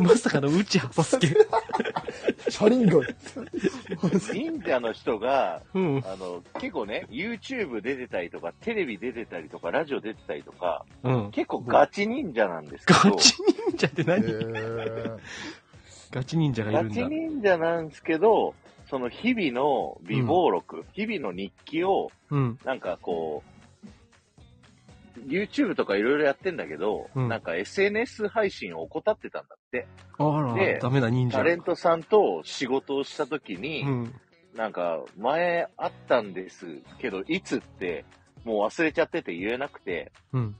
Speaker 2: まさかのうちはさすけ。
Speaker 1: ャリンガ
Speaker 3: 忍者の人が、
Speaker 2: うん。
Speaker 3: あの、結構ね、YouTube 出てたりとか、テレビ出てたりとか、ラジオ出てたりとか、
Speaker 2: うん。
Speaker 3: 結構ガチ忍者なんですけ
Speaker 2: ガ
Speaker 3: ど、
Speaker 2: チ忍者って
Speaker 1: へ
Speaker 2: 何、
Speaker 1: ー
Speaker 2: ガチ忍者がい
Speaker 3: ガ
Speaker 2: るん
Speaker 3: チ
Speaker 2: だ。
Speaker 3: 忍者なんですけど、その日々の微暴録、日々の日記を、
Speaker 2: うん。
Speaker 3: なんかこう、YouTube とかいろいろやってんだけど、
Speaker 2: うん
Speaker 3: なんか SNS 配信を怠ってたんだって。
Speaker 2: あら、
Speaker 3: で
Speaker 2: ダメだ、忍者
Speaker 3: タ。レントさんと仕事をした時に、
Speaker 2: うん。
Speaker 3: なんか、前あったんですけど、いつってもう忘れちゃってて言えなくて、
Speaker 2: うん。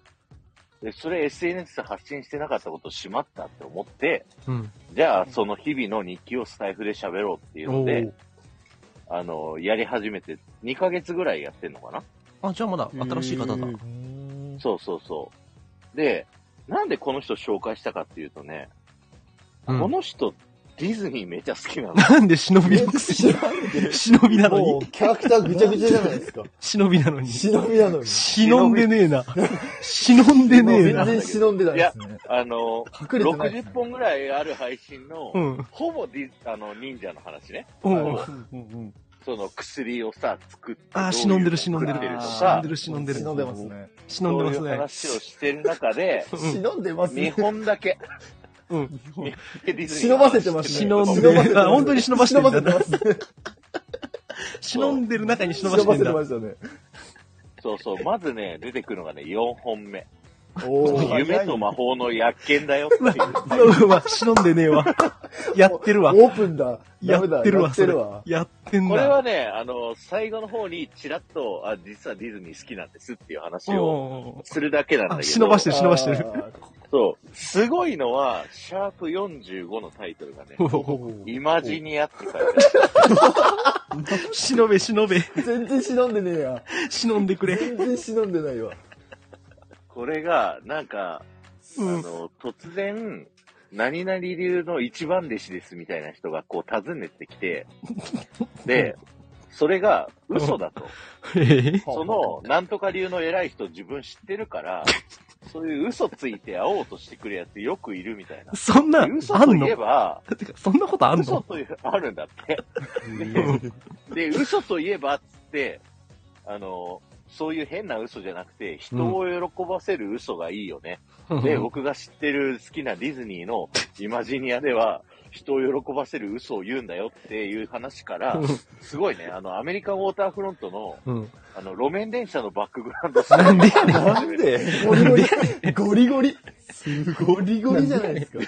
Speaker 3: でそれ SNS で発信してなかったことしまったって思って、
Speaker 2: うん。
Speaker 3: じゃあその日々の日記をスタイフで喋ろうっていうので、あの、やり始めて2ヶ月ぐらいやってんのかな
Speaker 2: おーあ、じゃあまだ新しい方だ。
Speaker 4: へ
Speaker 2: う
Speaker 4: ー
Speaker 2: ん
Speaker 3: そうそうそう。で、なんでこの人紹介したかっていうとね、この人ディズニーめちゃ好き なの。
Speaker 2: なんで忍びのくせに、忍びなの
Speaker 1: も
Speaker 2: に
Speaker 1: う、キャラクターぐちゃぐちゃじゃないですか。
Speaker 2: 忍びなのに。
Speaker 1: 忍びなのに。
Speaker 2: 忍んでねえな。忍んでねえ
Speaker 1: 全
Speaker 2: な。
Speaker 1: 然忍んでないですね。
Speaker 3: あの、
Speaker 1: 隠れてないです
Speaker 3: 60
Speaker 1: ね。
Speaker 3: 本ぐらいある配信の、
Speaker 2: うん。
Speaker 3: ほぼディあの忍者の話ね。
Speaker 2: うん。
Speaker 3: その薬をさ、作って。
Speaker 2: あー
Speaker 3: どう
Speaker 2: 忍
Speaker 3: い
Speaker 2: ん
Speaker 3: う
Speaker 2: で
Speaker 3: の
Speaker 2: る忍んで
Speaker 3: 作
Speaker 2: る
Speaker 3: ってと
Speaker 2: 忍んで、る忍ん
Speaker 3: か
Speaker 2: でる
Speaker 1: 忍んでますね。
Speaker 2: 忍ん
Speaker 3: そ
Speaker 2: で
Speaker 3: う
Speaker 2: ま
Speaker 3: い
Speaker 2: すね。
Speaker 3: う話をしてる 中で、
Speaker 2: うん
Speaker 1: 忍んでます
Speaker 3: 日
Speaker 1: ね。
Speaker 3: 本 だけ、
Speaker 2: うん。
Speaker 3: ディズニ
Speaker 1: 忍
Speaker 3: ーの話
Speaker 1: ばせてますね。
Speaker 2: 忍んで
Speaker 1: 忍ばせてます
Speaker 2: あ本当に忍ばせてんだ
Speaker 1: 忍ばせてますね。
Speaker 2: 忍んでる中に忍ば
Speaker 1: 忍
Speaker 2: し
Speaker 1: ば
Speaker 2: てん
Speaker 1: せて
Speaker 2: だ。
Speaker 1: ましたね。
Speaker 3: そうそう、まずね、出てくるのがね、4本目。
Speaker 1: おー
Speaker 3: 夢と魔法の薬研だよってい
Speaker 2: う
Speaker 3: う。
Speaker 2: わ、忍んでねえわ。やってるわ。
Speaker 1: オープンだ。ダ
Speaker 2: やっ
Speaker 1: メだ。
Speaker 2: てる
Speaker 1: や
Speaker 2: わ、
Speaker 1: っ
Speaker 2: そ
Speaker 1: て
Speaker 2: れ
Speaker 1: るわ。。
Speaker 2: やってん
Speaker 3: これは
Speaker 2: だ。
Speaker 3: ね、あの、最後の方にちらっと、あ、実はディズニー好きなんですっていう話を
Speaker 2: おー
Speaker 3: するだけなんだ
Speaker 2: あ
Speaker 3: けど。
Speaker 2: 忍ばしてる忍ばしてる
Speaker 1: あー。
Speaker 3: そう。すごいのは、シャープ45のタイトルが ね、イマジニアって書いてある。
Speaker 2: 忍べ、忍べ。
Speaker 1: 全然忍んでねえや。
Speaker 2: 忍んでくれ。
Speaker 1: 全然忍んでないわ。
Speaker 3: これが、なんか、
Speaker 2: うん
Speaker 3: あの、突然、何々流の一番弟子ですみたいな人がこう訪ねて きて、で、それが嘘だと。
Speaker 2: えー
Speaker 3: その、なんとか流の偉い人自分知ってるから、そういう嘘ついて会おうとしてくるやつよくいるみたいな。
Speaker 2: そんな、あん
Speaker 3: 嘘と
Speaker 2: の
Speaker 3: いえば、
Speaker 2: てか、そんなことあん
Speaker 3: 嘘
Speaker 2: の
Speaker 3: という、あるんだって。
Speaker 2: うん
Speaker 3: で、嘘といえばっつって、あの、そういう変な嘘じゃなくて、人を喜ばせる嘘がいいよね。で、僕が知ってる好きなディズニーのイマジニアでは、人を喜ばせる嘘を言うんだよっていう話から、すごいね、あの、アメリカンウォーターフロントの、
Speaker 2: うん。
Speaker 3: あの、路面電車のバックグラウンド
Speaker 2: なんでやねん
Speaker 3: なんで
Speaker 1: ゴリゴ リ。ゴリゴリ。ゴリゴリじゃないですか。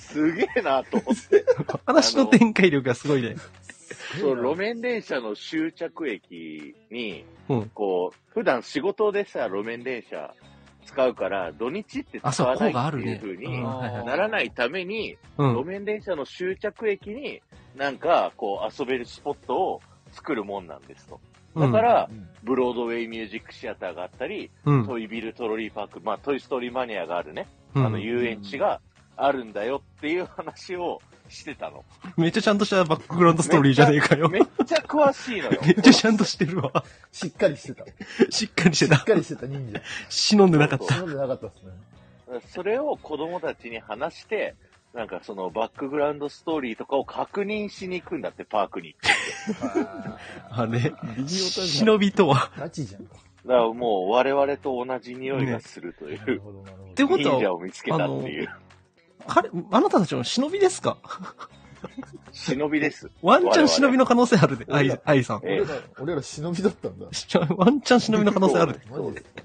Speaker 3: すげえなと思って。
Speaker 2: 話の展開力がすごいね。
Speaker 3: そう、路面電車の終着駅に、
Speaker 2: うん
Speaker 3: こう、普段仕事でさ、路面電車使うから、土日って
Speaker 2: あ、
Speaker 3: 使
Speaker 2: そう、
Speaker 3: わな
Speaker 2: 効
Speaker 3: い
Speaker 2: 果あ
Speaker 3: って
Speaker 2: る
Speaker 3: いう
Speaker 2: ね。
Speaker 3: 風
Speaker 2: う
Speaker 3: に
Speaker 2: んはいはい
Speaker 3: ならないために、
Speaker 2: う
Speaker 3: 路
Speaker 2: ん。
Speaker 3: 面電車の終着駅に、なんか、こう、遊べるスポットを作るもんなんですと。だから、ブロードウェイミュージックシアターがあったり、
Speaker 2: うん、うん
Speaker 3: トイビルトロリーパーク、まあ、トイストーリーマニアがあるね、
Speaker 2: う
Speaker 3: あの、
Speaker 2: ん。
Speaker 3: 遊園地があるんだよっていう話をして たの。
Speaker 2: めっちゃちゃんとしたバックグラウンドストーリーじゃねえかよ。
Speaker 3: めっちゃ詳しい のよ。
Speaker 2: めっちゃちゃんとしてるわ。
Speaker 1: しっかりしてた。し
Speaker 2: しっかりして。
Speaker 1: ったかりしてた忍者。
Speaker 2: 忍んでなかった。
Speaker 1: 忍んでなかったですね。
Speaker 3: それを子供たちに話して、なんかそのバックグラウンドストーリーとかを確認しに行くんだって、パークに。
Speaker 2: あれ、
Speaker 4: ビデオタじゃん
Speaker 2: 忍びとは。
Speaker 1: ガチじゃん。
Speaker 3: だからもう我々と同じ匂いがするとい
Speaker 1: なる
Speaker 3: う、
Speaker 1: ほど、なるほ
Speaker 2: って
Speaker 1: ど。
Speaker 2: こ
Speaker 3: 忍
Speaker 2: と
Speaker 3: 者
Speaker 2: は、
Speaker 3: を見つけたっていう、
Speaker 2: 彼、あなたたちも忍びですか
Speaker 3: 忍 びです。
Speaker 2: ワンチャン忍びの可能性あるで、アイ、アイさん。
Speaker 1: 俺
Speaker 3: え
Speaker 1: ら、俺ら忍びだったんだ。
Speaker 2: ワンチャン忍びの可能性あるで。
Speaker 1: マジですか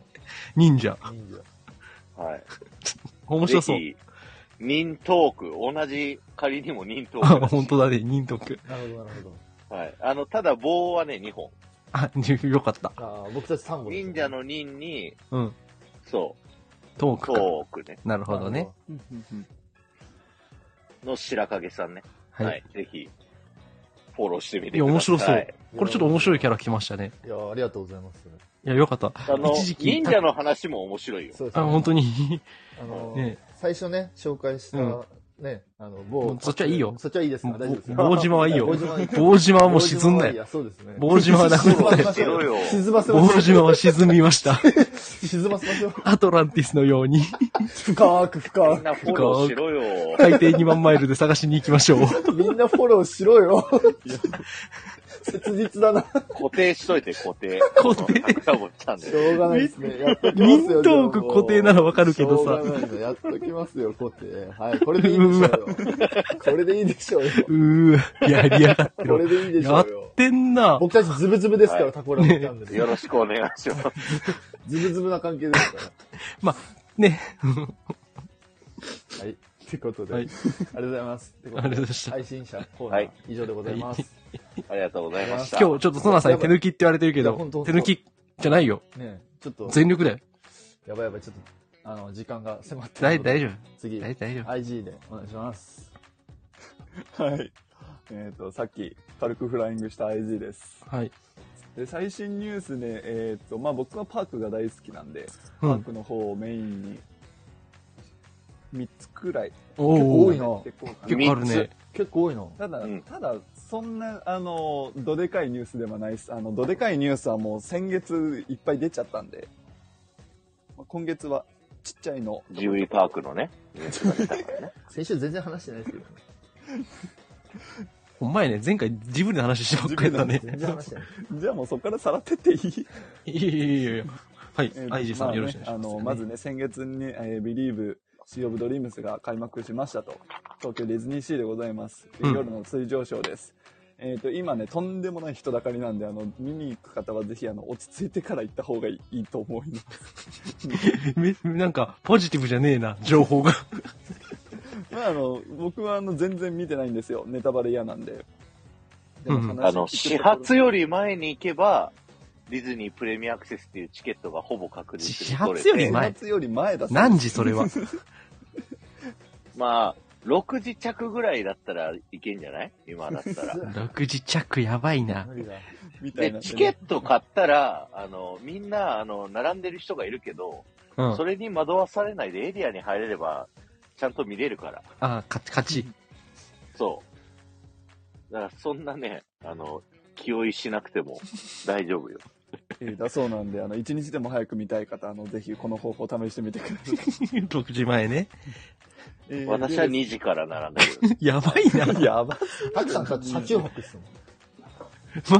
Speaker 2: 忍者。
Speaker 1: 忍者。
Speaker 3: はい。
Speaker 2: 面白そう
Speaker 3: ぜ。ひ、忍トーク、同じ、仮にも忍ト
Speaker 2: あ
Speaker 3: ーク、だ し
Speaker 2: 本当だね、忍徳。
Speaker 1: なるほど、なるほど。
Speaker 3: はい。あの、ただ棒はね、2本。
Speaker 2: あ、よかった。
Speaker 1: ああ、僕たち3号ですね
Speaker 3: 忍者の忍に、
Speaker 2: うん。
Speaker 3: そ
Speaker 2: トー
Speaker 3: う、
Speaker 2: クか。
Speaker 3: トークね、
Speaker 2: なるほどね。。
Speaker 3: の白影さんね。はい。
Speaker 2: はい。
Speaker 3: ぜひ、フォローしてみてくださ
Speaker 2: い
Speaker 3: い。
Speaker 2: や、面白そう。これちょっと面白いキャ
Speaker 1: ラ。
Speaker 2: ラ来ましたね。
Speaker 1: いや、ありがとうございます。
Speaker 2: いや、よかった。
Speaker 3: あの
Speaker 2: 一時、期
Speaker 3: 忍者の話も面白いよ。
Speaker 1: そうです
Speaker 2: あ、
Speaker 1: ね。
Speaker 2: 本当に。
Speaker 1: あの、
Speaker 2: ね
Speaker 1: 最初ね、紹介した、
Speaker 2: うん
Speaker 1: ね、あの、
Speaker 2: も
Speaker 1: 某
Speaker 2: う。そっちはいいよ
Speaker 1: そっちはいいですか大丈夫ですか
Speaker 2: 棒島はいいよ
Speaker 1: 棒島はいい
Speaker 2: 棒島はもう沈んだ
Speaker 1: い
Speaker 2: よ。
Speaker 1: や、そうですね。
Speaker 2: 棒島はなくなったよ。
Speaker 3: 沈ませましょうよ
Speaker 1: 沈ませましょ
Speaker 2: 棒
Speaker 1: う。
Speaker 2: 島は沈みました。
Speaker 1: 沈ませましょう。
Speaker 2: アトランティスのように、
Speaker 1: 深く
Speaker 3: み
Speaker 1: 深
Speaker 3: んなフォローしろよ。
Speaker 2: 海底2万マイルで探しに行きましょう。
Speaker 1: く。みんなフォローしろよ。切実だな。
Speaker 3: 固定しといて、固定。
Speaker 2: 固定
Speaker 3: 桜坊ちゃん
Speaker 1: し
Speaker 3: で。
Speaker 1: ょうがないですね。やっときますよ。
Speaker 2: 忍トーク固定ならわかるけどさ
Speaker 1: しょうがないのやっときますよ、固定。はい、これでいいでしょうよ。これでいいでしょうよ。
Speaker 2: うー、やりやがって
Speaker 1: こ
Speaker 2: る。
Speaker 1: れでいいでし
Speaker 2: や
Speaker 1: ょ
Speaker 2: っ
Speaker 1: うよ。
Speaker 2: てんな。
Speaker 1: 僕たちズブズブですから、
Speaker 3: はい
Speaker 1: タコラボチャンネル。
Speaker 3: よろしくお願いします。
Speaker 1: ズブズブな関係ですから。
Speaker 2: ね。
Speaker 1: はい。ということで、
Speaker 2: はい
Speaker 1: ありがとうございます。あり
Speaker 2: ありがとうございました
Speaker 1: 配信者コーナ
Speaker 3: は
Speaker 1: ー
Speaker 3: い、
Speaker 1: 以上でございます。
Speaker 3: ありがとうございました。
Speaker 2: 今日ちょっとソナさんに手抜きって言われてるけど
Speaker 1: いや本当、
Speaker 2: 手抜きじゃないよ。
Speaker 1: ねちょっと、
Speaker 2: 全力だよ。
Speaker 1: やばいやばい、ちょっと、あの、時間が迫って
Speaker 2: 大
Speaker 1: るので
Speaker 2: 大丈
Speaker 1: 次
Speaker 2: 夫。、大大丈夫。
Speaker 1: IG でお願いします。
Speaker 4: はい。えっ、と、さっき、軽くフライングした IG です。
Speaker 2: はい。
Speaker 4: で、最新ニュースで、えっ、と、まあ、僕はパークが大好きなんで、
Speaker 2: う
Speaker 4: パー
Speaker 2: ん。
Speaker 4: クの方をメインに、3つくらい。
Speaker 2: お
Speaker 1: 構
Speaker 2: お
Speaker 1: 多いな
Speaker 4: 結構か
Speaker 2: 結構あるね。
Speaker 1: 結構多いの。
Speaker 4: ただ、
Speaker 3: うん
Speaker 4: ただ、そんな、あの、どでかいニュースではないです。あの、どでかいニュースはもう先月いっぱい出ちゃったんで、まあ今月はちっちゃいの。
Speaker 3: ジブリパークのね、ニュースが出たからね。
Speaker 1: 先週全然話してないですけど、
Speaker 2: お前ね、前回ジブリの話してばっかりだね。
Speaker 1: 全然話 してない。
Speaker 4: じゃあもうそこからさらってっていい
Speaker 2: いやいやいやいや。はい
Speaker 4: えー。
Speaker 2: アイジーさ
Speaker 4: ま
Speaker 2: ん
Speaker 4: あ
Speaker 2: よろしくお願いします。
Speaker 4: ねあの、まずね、先月に、えー、Believe Sea of Dreams が開幕しましたと。東京ディズニーシーでございます。
Speaker 2: うん
Speaker 4: 夜の水上ショーです。えっ、と、今ね、とんでもない人だかりなんで、あの、見に行く方はぜひ、あの、落ち着いてから行った方がいいと思います。
Speaker 2: めなんか、ポジティブじゃねえな、情報が。
Speaker 4: まあ、あの、僕は、あの、全然見てないんですよ。ネタバレ嫌なんで。で
Speaker 2: う
Speaker 4: も
Speaker 2: ん
Speaker 4: 話
Speaker 3: あの、
Speaker 4: 聞
Speaker 3: 始
Speaker 4: くところ
Speaker 3: 発より前に行けば、ディズニープレミアアクセスっていうチケットがほぼ確実に取れ
Speaker 2: 始発
Speaker 3: て。
Speaker 2: より前
Speaker 4: 始発より前だそう
Speaker 2: 何時それは。
Speaker 3: まあ、6時着ぐらいだったらいけんじゃない今だった ら。
Speaker 2: 6時着やばいな。
Speaker 1: 無理だ。
Speaker 4: みたい
Speaker 3: で
Speaker 4: な、んでね
Speaker 3: チケット買ったら、あの、みんな、あの、並んでる人がいるけど、
Speaker 2: うん。
Speaker 3: それに惑わされないでエリアに入れれば、ちゃんと見れるから。
Speaker 2: あ、勝ち、勝ち。
Speaker 3: そう。だから、そんなね、あの、気負いしなくても大丈夫よ。
Speaker 4: えーだそうなんで、あの、一日でも早く見たい方、あの、ぜひこの方法試してみてください。
Speaker 2: 6時前ね。
Speaker 4: えー
Speaker 3: 私は
Speaker 4: で
Speaker 3: 2時から並んでる。
Speaker 2: やばいな。
Speaker 4: やば
Speaker 1: たくさん車車中泊っすも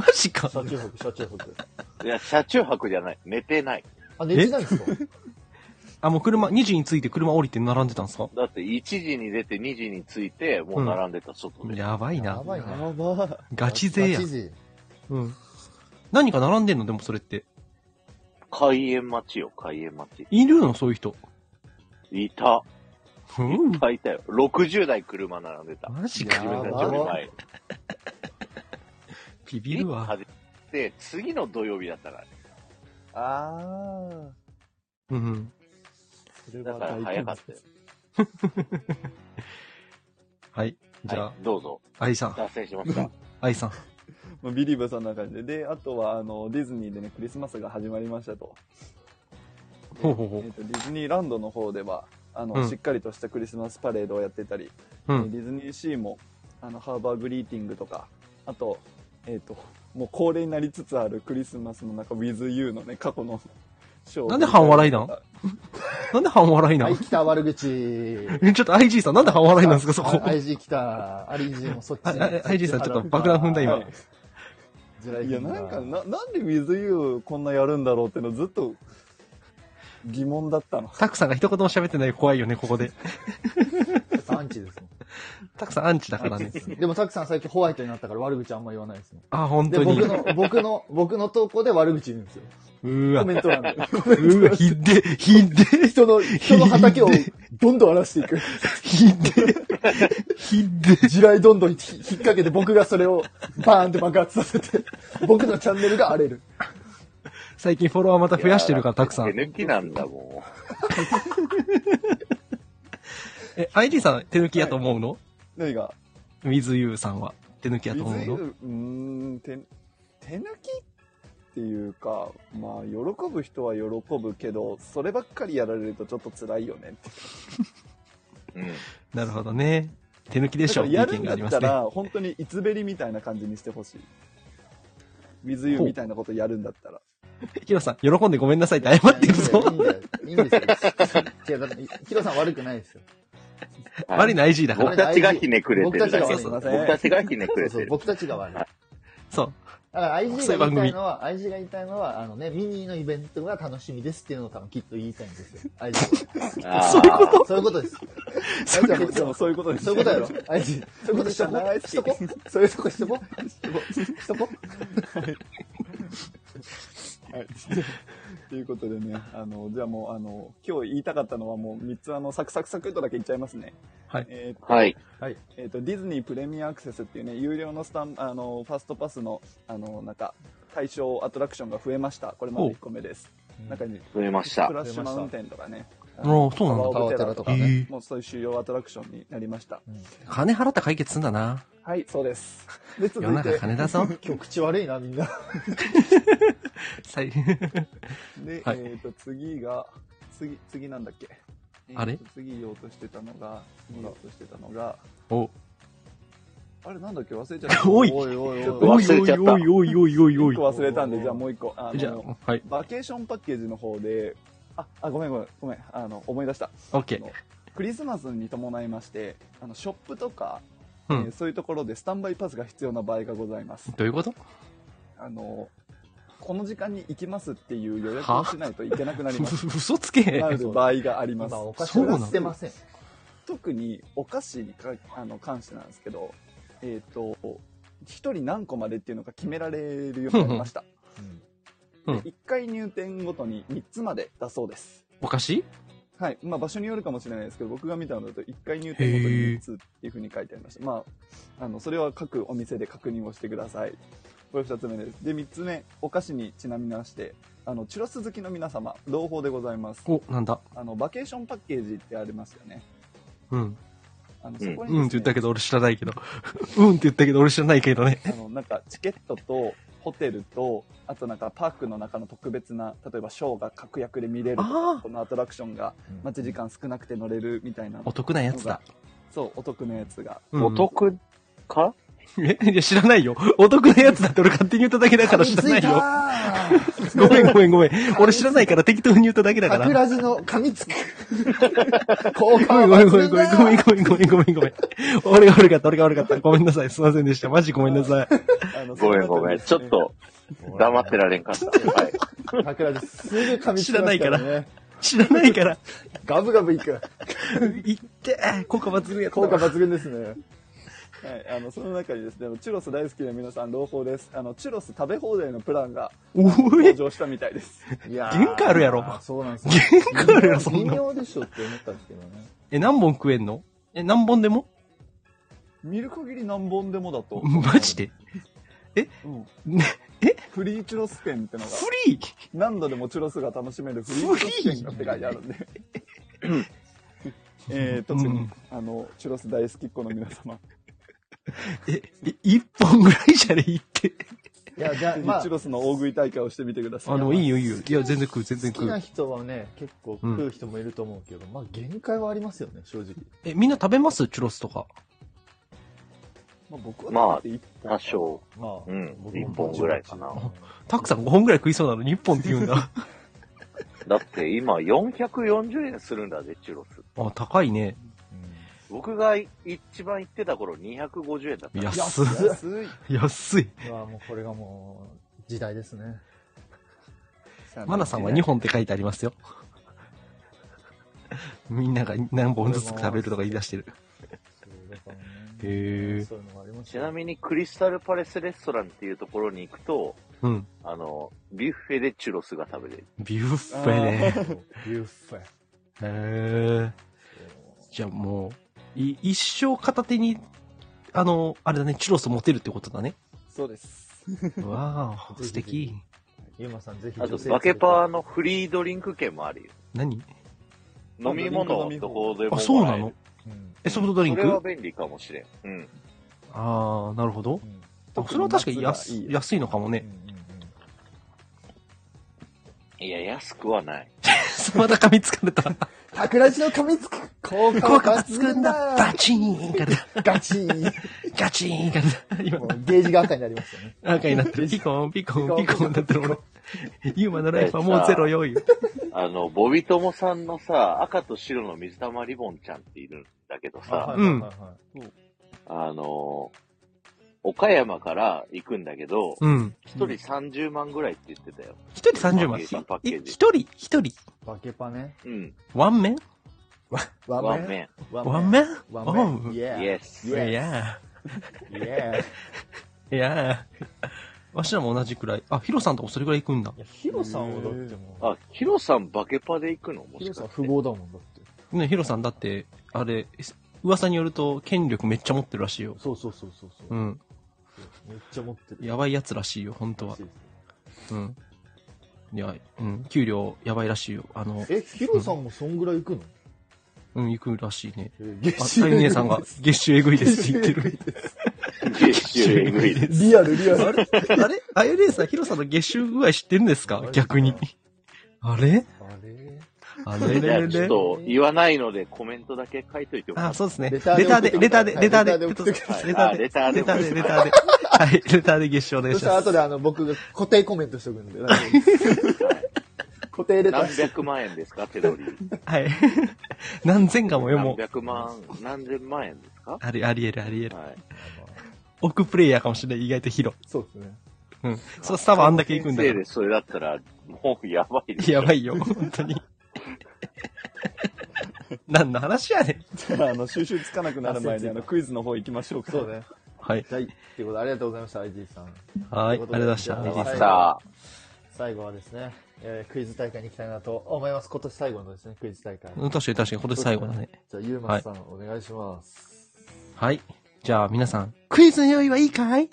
Speaker 1: ん。
Speaker 2: マジか。
Speaker 1: 車中泊、車中泊。
Speaker 3: いや、車中泊じゃない。寝てない。
Speaker 1: あ、寝てないんですか
Speaker 2: あ、もう車、2時に着いて車降りて並んでたんですか
Speaker 3: だって1時に出て2時に着いて、もう並んでた外で。
Speaker 2: やばいな
Speaker 1: や。ばいな。
Speaker 4: ば。
Speaker 2: ガチ勢や
Speaker 1: ガチ。勢。
Speaker 2: うん。何か並んでんのでもそれって。
Speaker 3: 開園待ちよ、開園待ち。
Speaker 2: いるのそういう人。
Speaker 3: いた。
Speaker 2: うん
Speaker 3: い。っぱいいたよ。60台車並んでた。
Speaker 2: マジ
Speaker 1: や
Speaker 3: 自
Speaker 2: か。
Speaker 3: 分たちより前。
Speaker 2: ビビるわ。
Speaker 3: 始めて、次の土曜日だったから。
Speaker 4: ああ。
Speaker 2: うん。
Speaker 1: それ
Speaker 3: だから早かったよ。
Speaker 2: はい。じゃ
Speaker 3: はい、どうぞ。
Speaker 2: あ、アイさん。
Speaker 3: 脱線しました。
Speaker 2: アイさん。
Speaker 4: まあビリーブさんな感じで。で、あとは、あの、ディズニーでね、クリスマスが始まりましたと。
Speaker 2: ほうほうほ
Speaker 4: えっ、と、ディズニーランドの方では、あの、
Speaker 2: うん
Speaker 4: しっかりとしたクリスマスパレードをやってたり、
Speaker 2: う。う
Speaker 4: えー
Speaker 2: ん。
Speaker 4: ディズニーシーも、あの、ハーバーグリーティングとか、あと、えっ、と、もう恒例になりつつあるクリスマスの中、With You のね、過去のショーを
Speaker 2: なんで半笑いなんなんで半笑いな
Speaker 1: はい、
Speaker 2: ん
Speaker 1: 来た悪口。
Speaker 2: えちょっと IG さん、なんで半笑いなんですか、そこ。
Speaker 1: あ IG 来た。IG もそっち。
Speaker 2: ああ IG さんちょっと爆弾踏んだ今
Speaker 1: はい地雷
Speaker 4: い
Speaker 1: 踏
Speaker 4: や、
Speaker 1: んだ
Speaker 4: なんか、な、なんで With You こんなやるんだろうってのずっと疑問だったの。
Speaker 2: タクさんが一言も喋ってない怖いよね、ここで。
Speaker 1: アンチです
Speaker 2: タクさんアンチだからね。
Speaker 1: もん。でも、たくさん最近ホワイトになったから悪口あんま言わないですもん。
Speaker 2: あ、本
Speaker 1: で、
Speaker 2: 当に
Speaker 1: 僕。の、僕の、僕の投稿で悪口言うんですよ。
Speaker 2: うわ
Speaker 1: コ。メント欄で。
Speaker 2: うわ、ひで、ひで、
Speaker 1: 人の、人の畑をどんどん荒らしていく。
Speaker 2: ひで、ひで。
Speaker 1: 地雷どんどん引っ掛けて僕がそれをバーンって爆発させて、僕のチャンネルが荒れる。
Speaker 2: 最近フォロワーまた 増やしてるから、たくさ
Speaker 3: 手
Speaker 2: ん。
Speaker 3: 抜きなんだも
Speaker 2: え、ID さん、手抜きやと思うの
Speaker 4: 何が
Speaker 2: 水優さんは。手抜きやと思
Speaker 4: 水
Speaker 2: う
Speaker 4: 色
Speaker 2: の
Speaker 4: うーん手手抜きっていうかまあ喜ぶ人は喜ぶけどそればっかりやられるとちょっと辛いよねって
Speaker 3: う。 うん。
Speaker 2: なるほどね。手抜きで
Speaker 4: だ
Speaker 2: し
Speaker 4: か
Speaker 2: ょ
Speaker 4: ら
Speaker 2: う。
Speaker 4: や
Speaker 2: 意
Speaker 4: る
Speaker 2: 見
Speaker 4: ん
Speaker 2: があ
Speaker 4: だっ
Speaker 2: りま
Speaker 4: た
Speaker 2: すね。
Speaker 4: ら本当にいつべりみたいな感じにしてほしい水湯みたいなことやるんだったら
Speaker 2: ヒロさん、喜んでごめんなさいって謝ってる
Speaker 1: い
Speaker 2: ぞ。
Speaker 1: いんだよ。いいんですよ。違う、だって、ヒロさん悪くないですよ。
Speaker 2: 悪いの IG だから。
Speaker 3: 僕たちがひねくれてるだけ。
Speaker 1: 僕た
Speaker 3: 僕
Speaker 1: ち
Speaker 4: が悪い
Speaker 3: たちがひねく
Speaker 1: そう
Speaker 3: れ
Speaker 1: そ
Speaker 3: て
Speaker 1: う、
Speaker 3: る。
Speaker 1: 僕たちが悪い。だ
Speaker 2: そう。
Speaker 1: から
Speaker 2: そうい
Speaker 1: IG が言い
Speaker 2: う番
Speaker 1: た
Speaker 2: 組
Speaker 1: いのは、IG が言いたいのは、あのね、ミニーのイベントが楽しみですっていうのを多分きっと言いたいんですよ。IG
Speaker 3: あー
Speaker 2: そういうこ
Speaker 1: は。そういうことです。
Speaker 2: そういう
Speaker 1: こ
Speaker 2: こと
Speaker 4: でもそういうことです
Speaker 1: そういうことやろ ?IG。そういうことしとこ
Speaker 4: 大好
Speaker 1: う。
Speaker 4: き
Speaker 1: しとこう。そういうとこしとこう。しとこう。しとこう。
Speaker 4: はい、ということでねあのじゃあもうあの今日言いたかったのはもう3つあのサクサクサクっとだけいっちゃいますね
Speaker 2: はい
Speaker 4: えーと
Speaker 3: はい。
Speaker 1: はい。
Speaker 4: えー、とディズニープレミアアクセスっていうね有料のスタンあのファストパスのあのなんか対象アトラクションが増えました。これまだ1個目です。中に、
Speaker 3: 増えまし
Speaker 4: ク
Speaker 3: た。
Speaker 4: ラッシュマウンテンとかね。
Speaker 2: あーそうなんだ
Speaker 4: パワーオブテラーとか
Speaker 1: へ
Speaker 4: ね。
Speaker 1: ー
Speaker 4: もうそういう主要アトラクションになりました。
Speaker 2: 金払った解決すんだな。
Speaker 4: はい、そう です。で、続
Speaker 2: 世の
Speaker 4: い
Speaker 2: 中
Speaker 4: て、
Speaker 2: 金だぞ。
Speaker 1: 今日口悪いな、みんな。
Speaker 2: 最
Speaker 4: で、
Speaker 2: はい
Speaker 4: えっ、と、次が、次、次なんだっけ。
Speaker 2: あれ
Speaker 4: えーと次言おうとしてたのが、次言おうとしてたのが、
Speaker 2: お、
Speaker 4: あれなんだっけ忘れちゃった。
Speaker 2: おい
Speaker 1: おいおい
Speaker 4: お
Speaker 1: おい。
Speaker 3: 忘れちゃった
Speaker 2: おいおいおいおいお
Speaker 4: 1
Speaker 2: い
Speaker 4: 個
Speaker 2: おい。
Speaker 4: 忘れたんで、じゃあもう1個。あの
Speaker 2: じゃあ、はい。
Speaker 4: バケーションパッケージの方で、あ、あごめんごめん、ごめん、あの、思い出した。
Speaker 2: オッケ
Speaker 4: あのクリスマスに伴いまして、あの、ショップとか、
Speaker 2: ー。う
Speaker 4: えー
Speaker 2: ん。
Speaker 4: そういうところでスタンバイパスが必要な場合がございます。
Speaker 2: どういうこと
Speaker 4: あの、この時間に行きますっていう予約をしないといけなくな ります。
Speaker 2: 嘘つけ。
Speaker 4: なる場合があります
Speaker 1: 今、。お菓子売らせてません。
Speaker 4: 特にお菓子にかあの関してなんですけど、えっ、と、一人何個までっていうのが決められるようになりました。
Speaker 1: うん
Speaker 2: うん
Speaker 4: 1回入店ごとに3つまでだそうです。
Speaker 2: おかしい
Speaker 4: はい。まあ場所によるかもしれないですけど、僕が見たのだと1回入店ごとに3つっていうふうに書いてありました。まあ、あの、それは各お店で確認をしてください。これ2つ目です。で、3つ目、お菓子にちなみまして、あの、チュロス好きの皆様、同胞でございます。
Speaker 2: お、なんだ。
Speaker 4: あの、バケーションパッケージってありますよね。
Speaker 2: うん。
Speaker 4: あの、
Speaker 3: う
Speaker 4: そ
Speaker 3: ん
Speaker 4: こにです
Speaker 2: う
Speaker 4: ね、
Speaker 2: んって言ったけど俺知らないけど。 うんって言ったけど俺知らないけどね。
Speaker 4: あの、なんか、チケットと、ホテルと、あとなんか、パークの中の特別な、例えばショーが確約で見れると
Speaker 2: あ
Speaker 4: か
Speaker 2: ー、
Speaker 4: このアトラクションが
Speaker 1: うん
Speaker 4: 待ち時間少なくて乗れるみたいな、
Speaker 2: お得なやつだ。
Speaker 4: そう、お得なやつが
Speaker 2: うん
Speaker 3: お得か
Speaker 2: えいや、知らないよ。お得なやつだって俺勝手に言っただけだから知らないよ。
Speaker 1: 噛みつい
Speaker 2: ごめんごめんごめん。俺知らないから適当に言っただけだ
Speaker 1: た
Speaker 2: か
Speaker 1: ー
Speaker 2: ら。
Speaker 1: かく
Speaker 2: ご
Speaker 1: らずの噛み つく。効果
Speaker 2: め
Speaker 1: は
Speaker 2: んごめんごめんごめんごめ
Speaker 1: 抜
Speaker 2: んごめんごめんごめんごめん。俺が悪かった俺が悪かった。ごめんなさい。すいませんでした。マジごめんなさい。
Speaker 4: あの
Speaker 3: ごめんごめん。ちょっ。と
Speaker 1: 群だ
Speaker 3: 黙ってられんかった。はい。
Speaker 1: ら。かくらずすぐ噛みつく、ね。
Speaker 2: 知らないから。知らないから。
Speaker 1: ガブガブいく。
Speaker 2: 言って、効果抜群やった
Speaker 1: 効果抜群ですね。
Speaker 4: その中にはい、あのその中にですね、チュロス大好きな皆さん、朗報です。あのチュロス食べ放題のプランが
Speaker 2: お
Speaker 4: 登
Speaker 2: い。
Speaker 4: 場したみたいです。
Speaker 1: いやー
Speaker 2: 限界あるやろ
Speaker 1: そうなんですよ。
Speaker 2: 限界あるやろそんな
Speaker 1: 微妙でしょって思ったんですけどね。
Speaker 2: え、何本食えんのえ、何本でも
Speaker 4: 見る限り何本でもだと。
Speaker 2: マジで
Speaker 4: うん
Speaker 2: ね
Speaker 4: フリーチュロス券ってのが、
Speaker 2: フリー
Speaker 4: 何度でもチュロスが楽しめるフリーチュロス券がって書いてあるんで。えー、途中
Speaker 2: う
Speaker 4: に
Speaker 2: ん、
Speaker 4: あの、チュロス大好きっ子の皆様、
Speaker 2: え、い一本ぐらいじゃねいって。
Speaker 1: いや、じゃあ、
Speaker 4: ぜひ
Speaker 1: まあ
Speaker 4: チュ、ロスの大食い大会をしてみてください。
Speaker 2: あの、いいよいいよ。いや、全然食う、全然
Speaker 1: 好き
Speaker 2: 食
Speaker 1: な
Speaker 2: う。
Speaker 1: 人はね、結構食う人もいると思うけど、まあ限界はありますよね、正直。
Speaker 2: え、みんな食べますチュロスとか。
Speaker 4: まあ、僕
Speaker 3: まあ
Speaker 4: はだって一本
Speaker 3: 多少。
Speaker 1: まあ、
Speaker 3: うん
Speaker 1: 僕も
Speaker 3: 一本ぐらいかな
Speaker 2: たくさん5本ぐらい食いそうなのに1本って言うんだ。
Speaker 3: だって今440円するんだぜ、チュロス。
Speaker 2: あ、高いね。
Speaker 1: う
Speaker 3: 僕が一番行ってた頃250円だった。
Speaker 2: 安い。
Speaker 4: 安い。
Speaker 2: 安い。
Speaker 1: ん。まあもうこれがもう、時代ですね。
Speaker 2: マナさんは2本って書いてありますよ。 みんなが何本ずつ食べるとか言い出してる。
Speaker 1: そうだからね
Speaker 2: へー
Speaker 1: そういうのもあります
Speaker 3: ちなみにクリスタルパレスレストランっていうところに行くと、
Speaker 2: うん。
Speaker 3: あの、ビュッフェでチュロスが食べれる。
Speaker 2: ビュッフェね。
Speaker 1: に、ビュッフェ。
Speaker 2: へーじゃあもう、い一生片手に、あの、あれだね、チュロス持てるってことだ ね。
Speaker 4: そうです。
Speaker 2: わあ、
Speaker 1: ぜひ
Speaker 2: 素
Speaker 1: ぜひ
Speaker 2: 敵。
Speaker 1: ゆうまさんぜひ
Speaker 3: あと、
Speaker 1: 女性
Speaker 3: バケパー
Speaker 1: 連れて
Speaker 3: のフリードリンク券もあるよ。
Speaker 2: 何
Speaker 3: 飲み物のとこでももらえる。
Speaker 2: あ、そうなの
Speaker 1: うん
Speaker 2: え、ソフトドリン
Speaker 3: それは
Speaker 2: ク
Speaker 3: 便利かもしれん。うん。
Speaker 2: ああ、なるほど
Speaker 1: う。ん
Speaker 2: あそれは確かに安
Speaker 4: 特に夏がいいよ
Speaker 2: 安いのかも
Speaker 1: う
Speaker 2: ね
Speaker 1: ん。うんうん
Speaker 3: いや、安くはない。
Speaker 2: また噛みつかれ た。
Speaker 1: 桜地の噛みつく効果
Speaker 2: 効
Speaker 1: は
Speaker 2: 果
Speaker 1: 抜
Speaker 2: つく
Speaker 1: 群
Speaker 2: んだ。
Speaker 1: だ
Speaker 2: バチーンからだ。
Speaker 1: ガチーン
Speaker 2: ガチーンからだ。今
Speaker 1: も、うゲージが赤になりましたね。
Speaker 2: 赤になってる。ピコン、ピコン、ピコンだってる俺。ユーマのライフはもうゼロよ、言う
Speaker 3: あの、ボビトモさんのさ、赤と白の水玉リボンちゃんっているんだけどさ、
Speaker 2: うん
Speaker 1: はいはいはいはい
Speaker 3: あの、岡山から行くんだけど、
Speaker 2: うん。
Speaker 3: 一人30万ぐらいって言ってたよ。
Speaker 2: 一人30万。
Speaker 3: パッケージ
Speaker 2: ひ
Speaker 3: パッケージ
Speaker 2: 一人、一人。
Speaker 1: バケパね。
Speaker 3: うん。
Speaker 2: ワンメン
Speaker 1: ワ
Speaker 3: ワンメ
Speaker 1: ン。ワ
Speaker 2: ワンメン
Speaker 1: ワ
Speaker 2: ワ
Speaker 1: ン
Speaker 2: ン
Speaker 1: メン。
Speaker 2: メ
Speaker 1: イ
Speaker 2: ン
Speaker 3: ン。イ
Speaker 1: エ
Speaker 3: エス。
Speaker 1: ー。
Speaker 2: い
Speaker 1: イ
Speaker 2: やい
Speaker 1: エ
Speaker 2: や
Speaker 1: ー。イエ
Speaker 2: いやわしらも同じくらい。あ、ヒロさんとかそれくらい行くんだ
Speaker 1: ー。。いや、ヒロさんはだってもう、
Speaker 3: あ、ヒロさんバケパで行くのも
Speaker 1: ヒ
Speaker 3: し
Speaker 1: ロ
Speaker 3: か
Speaker 1: さん
Speaker 3: して
Speaker 1: 富。豪だもんだって。
Speaker 2: ね、ヒロさんだって、あれ、噂によると権力めっちゃ持ってるらしいよ。
Speaker 1: そうそうそうそう。そう
Speaker 2: うん。
Speaker 1: めっちゃ持ってる。
Speaker 2: やばいやつらしいよ、本当
Speaker 1: ら
Speaker 2: は
Speaker 1: しい。です
Speaker 2: うん。いや、うん、給料やばいらしいよ。あの、
Speaker 1: え、ヒロさんもそんぐらい行くの
Speaker 2: うん、行くらしいね。
Speaker 1: え
Speaker 2: あ、
Speaker 1: 月
Speaker 2: たゆねえさんが、月収えぐいですって言ってる。
Speaker 3: 月収えぐいで す。
Speaker 1: リアル、リア
Speaker 2: あ
Speaker 1: ル。
Speaker 2: れあれあゆねえさん、ヒロさんの月収具合知ってるんですか 逆に。あれ
Speaker 1: あれ
Speaker 2: あれ
Speaker 3: じ
Speaker 2: れ
Speaker 3: ゃ
Speaker 2: れ
Speaker 3: あちょっ
Speaker 2: れ
Speaker 3: と言わないのでコメントだけ書いといてもら
Speaker 2: あ、
Speaker 3: って
Speaker 2: そうですね。
Speaker 1: レ
Speaker 2: レ
Speaker 1: タ
Speaker 2: タ
Speaker 1: ー
Speaker 2: ー
Speaker 1: で
Speaker 2: で、
Speaker 1: 送って
Speaker 2: レ
Speaker 1: くだ
Speaker 2: タ
Speaker 1: さいレターで送ってく
Speaker 2: ーで、レターで、
Speaker 3: ださい
Speaker 2: レターで、
Speaker 3: レターで
Speaker 2: レターで、レターで、はい、レターで月賞お願い
Speaker 1: そし
Speaker 2: した
Speaker 1: ら
Speaker 2: ます。
Speaker 1: 後であの僕が固定コメントしとくん で。なんか固定レター
Speaker 3: 何
Speaker 1: して。
Speaker 3: 百万円ですか手取り。
Speaker 2: はい。 何千かもよ、
Speaker 3: 何
Speaker 2: もう。
Speaker 3: 百万、何千万円ですか
Speaker 2: あり、ありえる、ありえる。
Speaker 3: はい。
Speaker 2: 億プレイヤーかもしれない、意外とヒロ。
Speaker 1: そうですね。
Speaker 2: うん。そう、スタバあんだけ行くんだか
Speaker 3: 先
Speaker 2: ら
Speaker 3: 生でそれだったら、もうやばいです。
Speaker 2: やばいよ、本 当に。何の話やねん。
Speaker 4: じ ゃあ、あの、収集つかなくなる前に、あの、クイズの方行きましょう か。
Speaker 1: そうね。
Speaker 2: はい。
Speaker 1: はい。ということで、ありがとうございました、IG さん。
Speaker 2: はい、ありがとうございまし
Speaker 1: あ
Speaker 2: た。
Speaker 1: りがとうございま
Speaker 3: さ
Speaker 1: し
Speaker 3: あ、
Speaker 1: 最後はですね、えークイズ大会に行きたいなと思います。今年最後のですね、クイズ大会。
Speaker 2: うん確かに確かに、今年最後だね。
Speaker 1: じゃあ、ゆうまさん、お願いします。
Speaker 2: はい。じゃあ、皆さん、クイズの用意はいいかい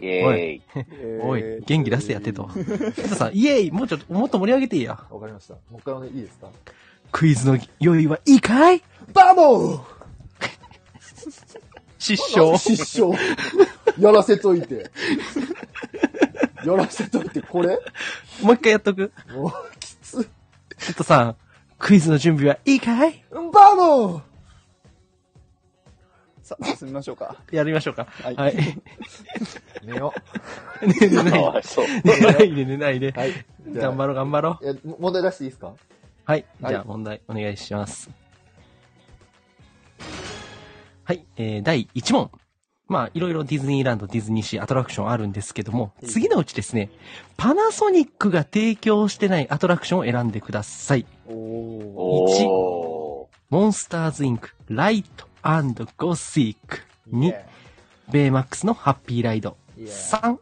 Speaker 3: イェーイ。
Speaker 4: えー
Speaker 2: おい、元気出してやってと。ヒトさん、イエーイもうちょっと、もっと盛り上げていいや。
Speaker 1: わかりました。もう一回お願いいいですか
Speaker 2: クイズの用意はいいかい
Speaker 1: バモ
Speaker 2: 失
Speaker 1: ー
Speaker 2: 笑。
Speaker 1: 失笑。やらせといて。やらせといて、これ
Speaker 2: もう一回やっとく。
Speaker 1: もう、きつ。
Speaker 2: ヒトさん、クイズの準備はいいかい
Speaker 1: バモー
Speaker 4: さあ、進みましょうか。
Speaker 2: やりましょうか。
Speaker 4: はい
Speaker 2: はい。
Speaker 1: 寝よ
Speaker 2: 寝
Speaker 3: か
Speaker 2: ない
Speaker 3: わいそう。
Speaker 2: で。寝ないで、寝ないで
Speaker 1: う。。はい。じゃ
Speaker 2: 頑張
Speaker 1: あ、
Speaker 2: ろう、頑張ろう。
Speaker 1: え問題出していいですか
Speaker 2: はい。
Speaker 1: はい
Speaker 2: じゃあ問題お願いします。はい。えー、第1問。まあ、いろいろディズニーランド、ディズニーシー、アトラクションあるんですけども、次のうちですね、パナソニックが提供してないアトラクションを選んでください。
Speaker 4: おー。
Speaker 3: おー。
Speaker 2: モンスターズインク、ライトゴシーク。2、ベイマックスのハッピーライド。
Speaker 1: いや
Speaker 2: 3、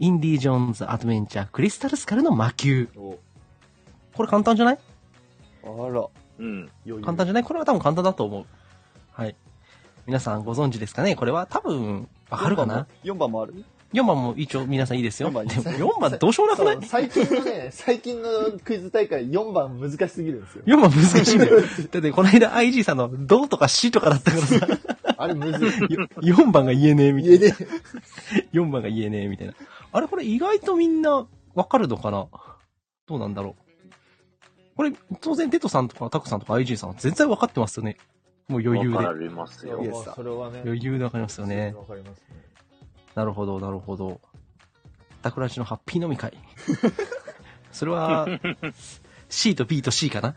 Speaker 2: インディ・ージョーンズ・アドベンチャー、クリスタル・スカルの魔球。
Speaker 1: お
Speaker 2: これ簡単じゃない
Speaker 4: あら。
Speaker 3: うん。
Speaker 1: 余裕
Speaker 2: 簡単じゃないこれは多分簡単だと思う。はい。皆さんご存知ですかねこれは多分、わかるかな
Speaker 4: ?4 番もある
Speaker 2: ?4 番も一応皆さんいいですよ。
Speaker 4: 4
Speaker 2: でも
Speaker 4: 番いいです
Speaker 2: 4番どうしようもなくない
Speaker 1: そう最近のね、最近のクイズ大会4番難しすぎるんですよ。
Speaker 2: ?4 番難 しいんだよ。だってこの間 IG さんのどうとかしとかだ ったからさ、
Speaker 1: あれむずい。
Speaker 2: 4番が言えねえみたい
Speaker 1: 家で。
Speaker 2: な。4番が言えねえみたいな。あれこれ意外とみんなわかるのかなどうなんだろう。これ当然テトさんとかタクさんとか IG さんは全然わかってますよね。もう余裕で
Speaker 3: わ。かりますよ
Speaker 1: い。や
Speaker 4: イエスさん
Speaker 1: それはね。
Speaker 2: 余裕でわかりますよね。
Speaker 1: わかりますね。
Speaker 2: なるほど、なるほど。タクラジのハッピー飲み 会。それは、C と B と C かな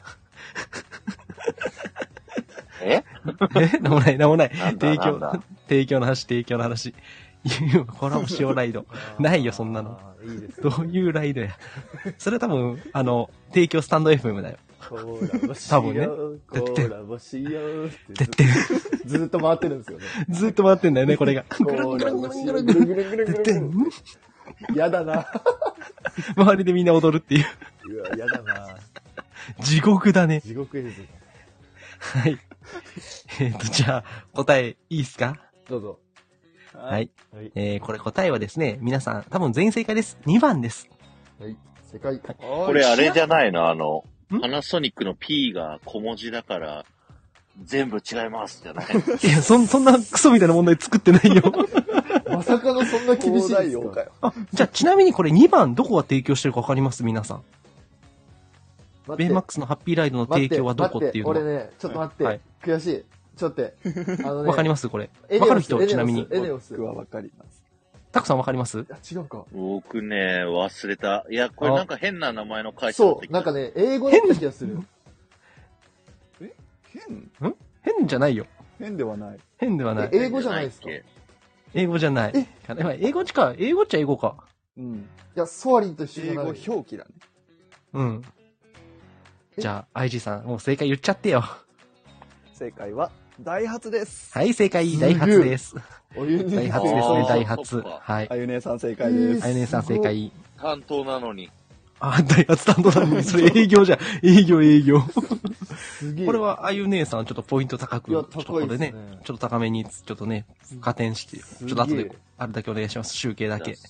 Speaker 3: え
Speaker 2: えなんもない、なんもない。
Speaker 3: なんだ
Speaker 2: 提
Speaker 3: な
Speaker 2: 供
Speaker 3: んだ、
Speaker 2: 提供の話、提供の話。コラボしようライド。ないよ、そんなの。
Speaker 1: あー。いいですね。
Speaker 2: どういうライドや。それは多分、あの、提供スタンド FM だよ。
Speaker 1: コラボし
Speaker 2: 多
Speaker 1: よ
Speaker 2: 分ね
Speaker 1: う、コラボしようって
Speaker 2: てってん
Speaker 1: ずずっと回ってるんですよね。
Speaker 2: ずっと回ってんだよね、これが。
Speaker 1: コラボしよう、ぐるぐるぐるぐるぐ
Speaker 2: て
Speaker 1: る
Speaker 2: ん。
Speaker 1: やだな。
Speaker 2: 周りでみんな踊るっていう。
Speaker 1: うわ、やだな。
Speaker 2: 地獄だね。
Speaker 1: 地獄絵図だ。
Speaker 2: はい。えっ、と、じゃあ、答えいいっすか
Speaker 1: どうぞ。
Speaker 4: は。
Speaker 2: はいい。
Speaker 1: はい。
Speaker 2: えー、これ答えはですね、皆さん、多分全員正解です。2番です。
Speaker 1: はい。世界。
Speaker 3: これあれじゃないのあの、
Speaker 2: ん
Speaker 3: パナソニックの P が小文字だから、全部違います じゃない
Speaker 2: いや、そん、そんなクソみたいな問題作ってないよ。
Speaker 1: まさかのそんな厳しいん
Speaker 4: 東
Speaker 1: で
Speaker 4: 大
Speaker 1: す
Speaker 4: 王か
Speaker 1: か
Speaker 4: よ。
Speaker 2: あ、 じゃあ、ちなみにこれ2番どこが提供してるかわかります皆さん。
Speaker 1: 待
Speaker 2: ベ
Speaker 1: っ
Speaker 2: イ
Speaker 1: て
Speaker 2: マックスのハッピーライドの
Speaker 1: 待
Speaker 2: 提供はどこっていうの
Speaker 1: 待
Speaker 2: は
Speaker 1: 俺ね、ちょっと待って。
Speaker 2: はい
Speaker 1: 悔しい。ちょっと待って。あのね
Speaker 2: わかりますこれ
Speaker 1: エ。ネオス
Speaker 2: わかる人
Speaker 1: エネオス
Speaker 2: ちなみに。
Speaker 1: エネオス。
Speaker 4: 僕はわかります。
Speaker 2: たくさんわかります
Speaker 1: あ、違うか。
Speaker 3: 僕ね、忘れた。いや、これ
Speaker 2: あ
Speaker 3: なんか変な名前の会社だっ
Speaker 1: そ
Speaker 3: た気
Speaker 1: う、
Speaker 3: が
Speaker 1: なんかね、英語だった気がする。
Speaker 4: 変
Speaker 2: 変じゃないよ。
Speaker 4: 変ではない。
Speaker 2: 変ではない
Speaker 1: え。英語じゃないですか
Speaker 3: 変
Speaker 1: い
Speaker 3: じ
Speaker 2: 英語じゃない。あでも英語っちか。英語っちゃ英語か。
Speaker 4: うん。
Speaker 1: や、ソアリンと一緒じ
Speaker 4: 英
Speaker 1: ゃな
Speaker 4: 語
Speaker 1: い。
Speaker 4: 表記だね。
Speaker 2: うん。
Speaker 1: え
Speaker 2: じゃあ、IG さん、もう正解言っちゃってよ。
Speaker 4: 正解は、ダイハツです。
Speaker 2: はい、正解、
Speaker 1: すげ
Speaker 2: ダ
Speaker 1: え
Speaker 2: イハツです。
Speaker 1: お湯に
Speaker 2: ダイハツです
Speaker 3: あ
Speaker 2: ね
Speaker 3: ー、
Speaker 2: ダイハツ。
Speaker 3: そっか
Speaker 2: はい。
Speaker 4: あゆねさん正解です。
Speaker 2: あゆねさん正解。
Speaker 3: ない担当なのに。
Speaker 2: あ、ダイハツ担当なのに、それ営業じゃん。営業、営業。
Speaker 1: すげえ。
Speaker 2: これは、あゆ姉さん、ちょっとポイント高く、
Speaker 1: いや
Speaker 2: ちょっとここ
Speaker 1: 高いで
Speaker 2: でね
Speaker 1: すね
Speaker 2: ちょっと高めに、ちょっとね、加点して、ちょっと後で、あれだけお願いします、集計だけ。
Speaker 3: じ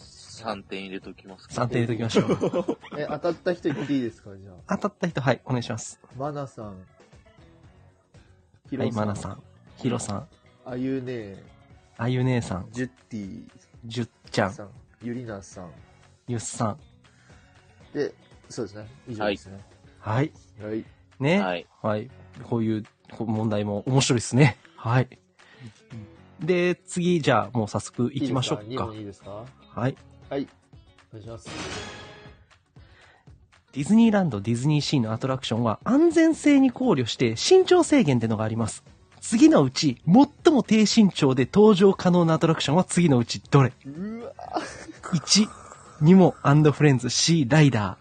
Speaker 3: ゃあ3点入れときますか。
Speaker 2: 3点入れときましょう。
Speaker 1: え、当たった人言っていいですかじゃあ。
Speaker 2: 当たった人、はい、お願いします。
Speaker 1: マナさん。ヒ
Speaker 2: はい、マナさん、ヒロさん、
Speaker 1: あゆね
Speaker 2: あゆ姉さん、
Speaker 1: ジュッティ
Speaker 2: じゅっちゃん、
Speaker 1: さん、ゆりなさん。
Speaker 2: ゆっさん。
Speaker 1: で、そうですね。以上ですね。
Speaker 2: はい。
Speaker 1: はい。
Speaker 2: ね。は。
Speaker 3: はいい。
Speaker 2: こういうこう問題も面白いですね。はい。で、次、じゃあ、もう早速行きましょう
Speaker 1: 2
Speaker 2: か。
Speaker 1: 問いいですか
Speaker 2: はい。
Speaker 1: はい。お願いします。
Speaker 2: ディズニーランド、ディズニーシーのアトラクションは安全性に考慮して身長制限ってのがあります。次のうち、最も低身長で登場可能なアトラクションは次のうちどれ
Speaker 4: うわ
Speaker 2: ?1、ニモフレンズ C ライダ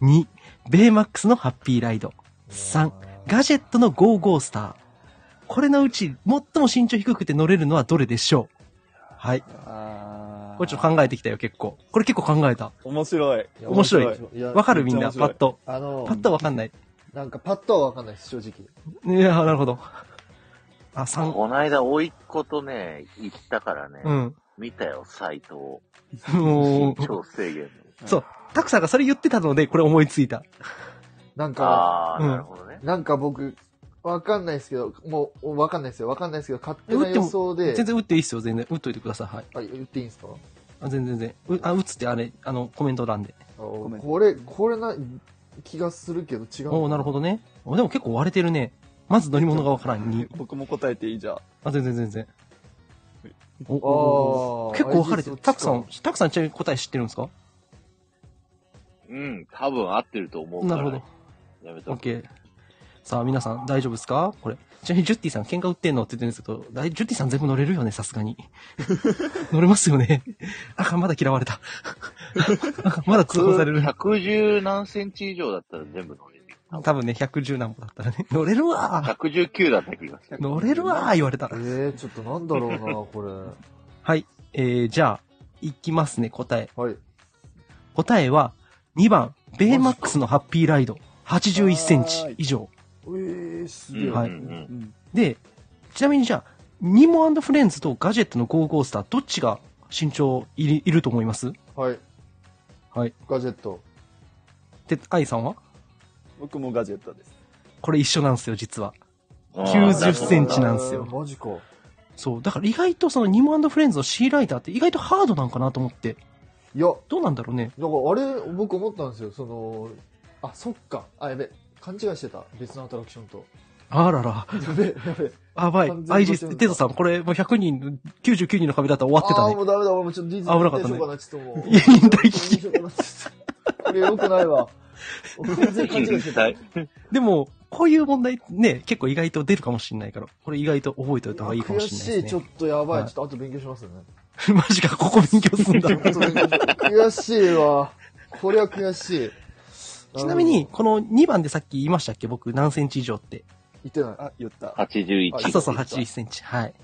Speaker 2: ー。2、ベイマックスのハッピーライド。3、ガジェットのゴーゴースター。これのうち、最も身長低くて乗れるのはどれでしょうはい。
Speaker 4: あー
Speaker 2: これちょっと考えてきたよ、結構。これ結構考えた。
Speaker 4: 面白い。
Speaker 1: いや
Speaker 2: 面白い。
Speaker 1: いや
Speaker 2: わかるみん
Speaker 4: め
Speaker 2: な、
Speaker 4: っちゃ
Speaker 2: パ
Speaker 4: 面白い
Speaker 2: ッと。
Speaker 1: あの
Speaker 2: パ、ッとわかんない。
Speaker 1: なんかパッとはわかんないです、正直。
Speaker 2: いや、なるほど。あ、三
Speaker 3: こないだ、甥いっ子とね、行ったからね、
Speaker 2: うん。
Speaker 3: 見たよ、サイトを。
Speaker 2: も
Speaker 3: 身
Speaker 2: う、
Speaker 3: 長制限の。
Speaker 2: そう。タクさんがそれ言ってたので、これ思いついた。
Speaker 1: なんか、
Speaker 3: ああ、
Speaker 2: うん
Speaker 3: なるほどね。
Speaker 1: なんか僕、わかんないですけど、もう、わかんないですよ。わかんないですけど、勝手
Speaker 2: 打
Speaker 1: な
Speaker 2: って
Speaker 1: 予
Speaker 2: も
Speaker 1: 想で、
Speaker 2: 全然打っていいですよ、全然。打っといてください。はい。
Speaker 1: あ、言っていいんですか
Speaker 2: あ全然全然。うあ、打つってあれ、あの、コメント欄で。
Speaker 1: あ
Speaker 4: めん
Speaker 1: これ、これな、気がするけど違う。
Speaker 2: おおなるほ
Speaker 1: ど。
Speaker 2: どね。おでも結構割れてるね。まず乗り物がわからんに。
Speaker 4: 僕も答えていいじゃん。
Speaker 2: あ、全然全然。おお
Speaker 1: あー
Speaker 2: 結構分かれてる。
Speaker 1: あ
Speaker 2: たくさん、たくさんちなみに答え知ってるんですか
Speaker 3: うん、多分合ってると思う
Speaker 2: な
Speaker 3: か
Speaker 2: る
Speaker 3: ら。
Speaker 2: ほど。
Speaker 3: ど。やめと
Speaker 2: オッ
Speaker 3: こう
Speaker 2: ケー。さあ、皆さん大丈夫ですかこれ。ちなみにジュッティさん喧嘩売ってんのって言ってるんですけど、だいジュッティさん全部乗れるよね、さすがに。 乗れますよね。 あ、まだ嫌われた。 あまだ通報される。
Speaker 3: 110何センチ以上だったら全部乗れるよ。
Speaker 2: 多分ね、110何歩だったらね。 乗れるわー
Speaker 3: 119だった気がする。
Speaker 2: 乗れるわー言われた
Speaker 1: え。ー、ちょっとなんだろうな、これ。
Speaker 2: はい。えー、じゃあ、いきますね、答え。
Speaker 1: はい。
Speaker 2: 答えは、2番、ベイマックスのハッピーライド。81センチ以上。
Speaker 1: えー、すげえ。
Speaker 2: はい
Speaker 3: うんうん
Speaker 4: うん
Speaker 2: で、ちなみにじゃあ、ニモフレンズとガジェットのゴーゴースター、どっちが身長いりいると思います
Speaker 1: はい。
Speaker 2: はい。
Speaker 1: ガジェット。
Speaker 2: で、愛さんは
Speaker 4: 僕もガジェットです。
Speaker 2: これ一緒なんですよ、実は。
Speaker 3: うん
Speaker 2: 90センチなんですよ
Speaker 1: あーマジか。
Speaker 2: そう。だから意外とそのニモフレンズのシーライダーって意外とハードなんかなと思って。
Speaker 1: いや、
Speaker 2: どうなんだろうね。
Speaker 1: だからあれ、僕思ったんですよ。その、あ、そっか。あ、やべ。勘違いしてた。別のアトラクションと。
Speaker 2: あらら。
Speaker 1: やべ、やべ。
Speaker 2: やばい。
Speaker 1: 完全に
Speaker 2: IG、テトさん、これもう100人、99人の壁だったら終わって
Speaker 1: あ
Speaker 2: た
Speaker 1: あー、
Speaker 2: ね
Speaker 1: も。うダメだ。俺もちょっとディズニー
Speaker 2: 危なかったね
Speaker 1: どうしようかなちょっともう。
Speaker 2: いや引退し
Speaker 1: どうしようかなちょっとこれ良くないわ。俺全然勘違いしてた。
Speaker 2: でも、こういう問題ね、結構意外と出るかもしれないから、これ意外と覚えておいた方がいいかも
Speaker 1: 悔
Speaker 2: しれな
Speaker 1: し
Speaker 2: い
Speaker 1: い。
Speaker 2: で
Speaker 1: ち
Speaker 2: す
Speaker 1: ょ
Speaker 2: ね
Speaker 1: っ。とやばい。
Speaker 2: はい
Speaker 1: ちょっと後勉強しますね。
Speaker 2: マジか、ここ勉強すんだ。
Speaker 1: 後勉強し悔しいわ。これは悔しい。
Speaker 2: ちなみに、この2番でさっき言いましたっけ僕、何センチ以上って。
Speaker 1: 言ってない。
Speaker 4: あ、言った。
Speaker 3: 81。
Speaker 1: あ
Speaker 2: あ、そうそう、
Speaker 1: 81
Speaker 2: 81センチ。はい。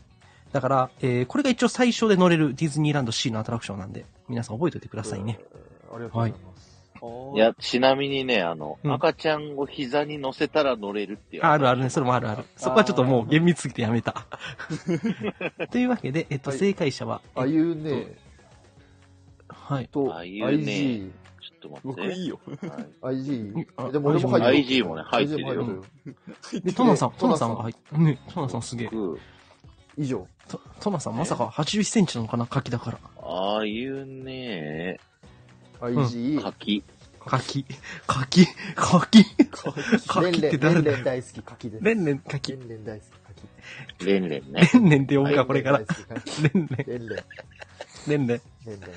Speaker 2: だから、えー、これが一応最小で乗れるディズニーランド C のアトラクションなんで、皆さん覚えておいてくださいね。
Speaker 1: ありがとうございます。
Speaker 3: いや、ちなみにね、あの、
Speaker 2: うん
Speaker 3: 赤ちゃんを膝に乗せたら乗れるっていう。
Speaker 2: ああるあるね、それもあるある。そこはちょっともう厳密すぎてやめ た。というわけで、えっと、
Speaker 1: はい
Speaker 2: 正解者は、
Speaker 1: あゆね
Speaker 2: はい。
Speaker 1: と、
Speaker 3: あゆね
Speaker 1: IG。
Speaker 3: ちょっと
Speaker 4: 僕
Speaker 3: 待って。
Speaker 4: いいよ。
Speaker 3: はい
Speaker 1: IG?
Speaker 2: あ
Speaker 1: でも俺も入ってる
Speaker 3: IG もね入ってるよ
Speaker 1: IG も入ってる
Speaker 2: で、トナさん、
Speaker 1: で
Speaker 2: トナさんが入って、ね、トナさんすげえ。
Speaker 3: 僕
Speaker 1: 以上。
Speaker 2: トトナさんまさか81センチなのかな柿だから。
Speaker 3: ああいうね、
Speaker 1: IG。
Speaker 3: 柿。
Speaker 2: 柿。柿。柿。
Speaker 1: レ
Speaker 2: 柿
Speaker 1: ンレ
Speaker 2: って
Speaker 1: ン、レ
Speaker 2: 誰
Speaker 1: ン
Speaker 2: だ
Speaker 1: レン大好き柿です。
Speaker 2: レンレン
Speaker 1: レ
Speaker 2: 柿。
Speaker 1: ンレン大好き柿。
Speaker 3: レンレンね。
Speaker 2: レンレンって呼ぶ
Speaker 1: は
Speaker 2: か、
Speaker 1: い
Speaker 2: これから。
Speaker 1: レ
Speaker 2: レ
Speaker 1: ンレン大好き柿
Speaker 2: ンレ
Speaker 1: レンレン、
Speaker 2: ン。
Speaker 1: レ
Speaker 2: レンレン。
Speaker 1: ンレ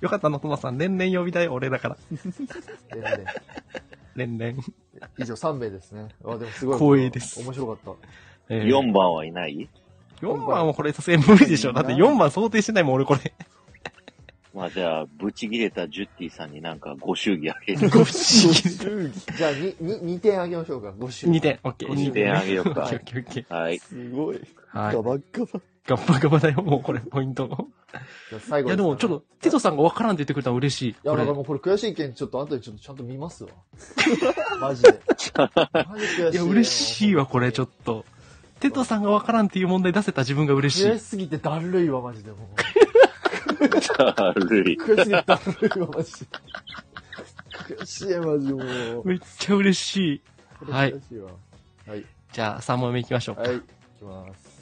Speaker 2: よかったな、トナさん。レンレン呼びたい俺だから。
Speaker 1: ン、レンレン。
Speaker 2: レンレン。
Speaker 1: 以上3名ですね。あ、でもすごい。
Speaker 2: 光栄です
Speaker 1: 面白かっ
Speaker 2: えー
Speaker 3: 4番はいない
Speaker 2: 4番はこれさすがに無理でしょ。だって4番想定してないもん、俺こ れ。
Speaker 3: まあじゃあ、ぶち切れたジュッティさんになんかご祝儀あげる。
Speaker 2: ご不思議で。
Speaker 1: た。じゃあ、に、に、2点あげましょうか。5周。
Speaker 2: 2点、オッケー。
Speaker 3: 2点あげよう
Speaker 2: オッ
Speaker 3: か
Speaker 2: ケー、。オッケー、オッケ
Speaker 3: はい。
Speaker 4: すごい。
Speaker 2: ー。はい
Speaker 4: ガ。バッガバ。
Speaker 2: ガッパガバだよ、もうこれ、ポイント。
Speaker 1: じゃあ最
Speaker 2: い
Speaker 1: 後
Speaker 2: や、でもちょっと、テトさんがわからんって言ってくれたら嬉しい。
Speaker 1: いや、だ
Speaker 2: これ
Speaker 1: から。もうこれ悔しいけん、ちょっと後でちょっとちゃんと見ます わ。マジで。マジ悔しい。
Speaker 2: いや、嬉しいわ、これ、ちょっと。テトさんがわからんっていう問題出せた自分が嬉しい
Speaker 1: 悔し。すぎてだるいわ、マジでもう。
Speaker 3: だる い。
Speaker 1: 悔しい、だるいわ、マジ。悔しい、マジ、もう。
Speaker 2: めっちゃ嬉しい。はい
Speaker 1: 悔しいわ。はい。
Speaker 2: じゃあ、3問目いきましょうか。
Speaker 1: はい。いきます。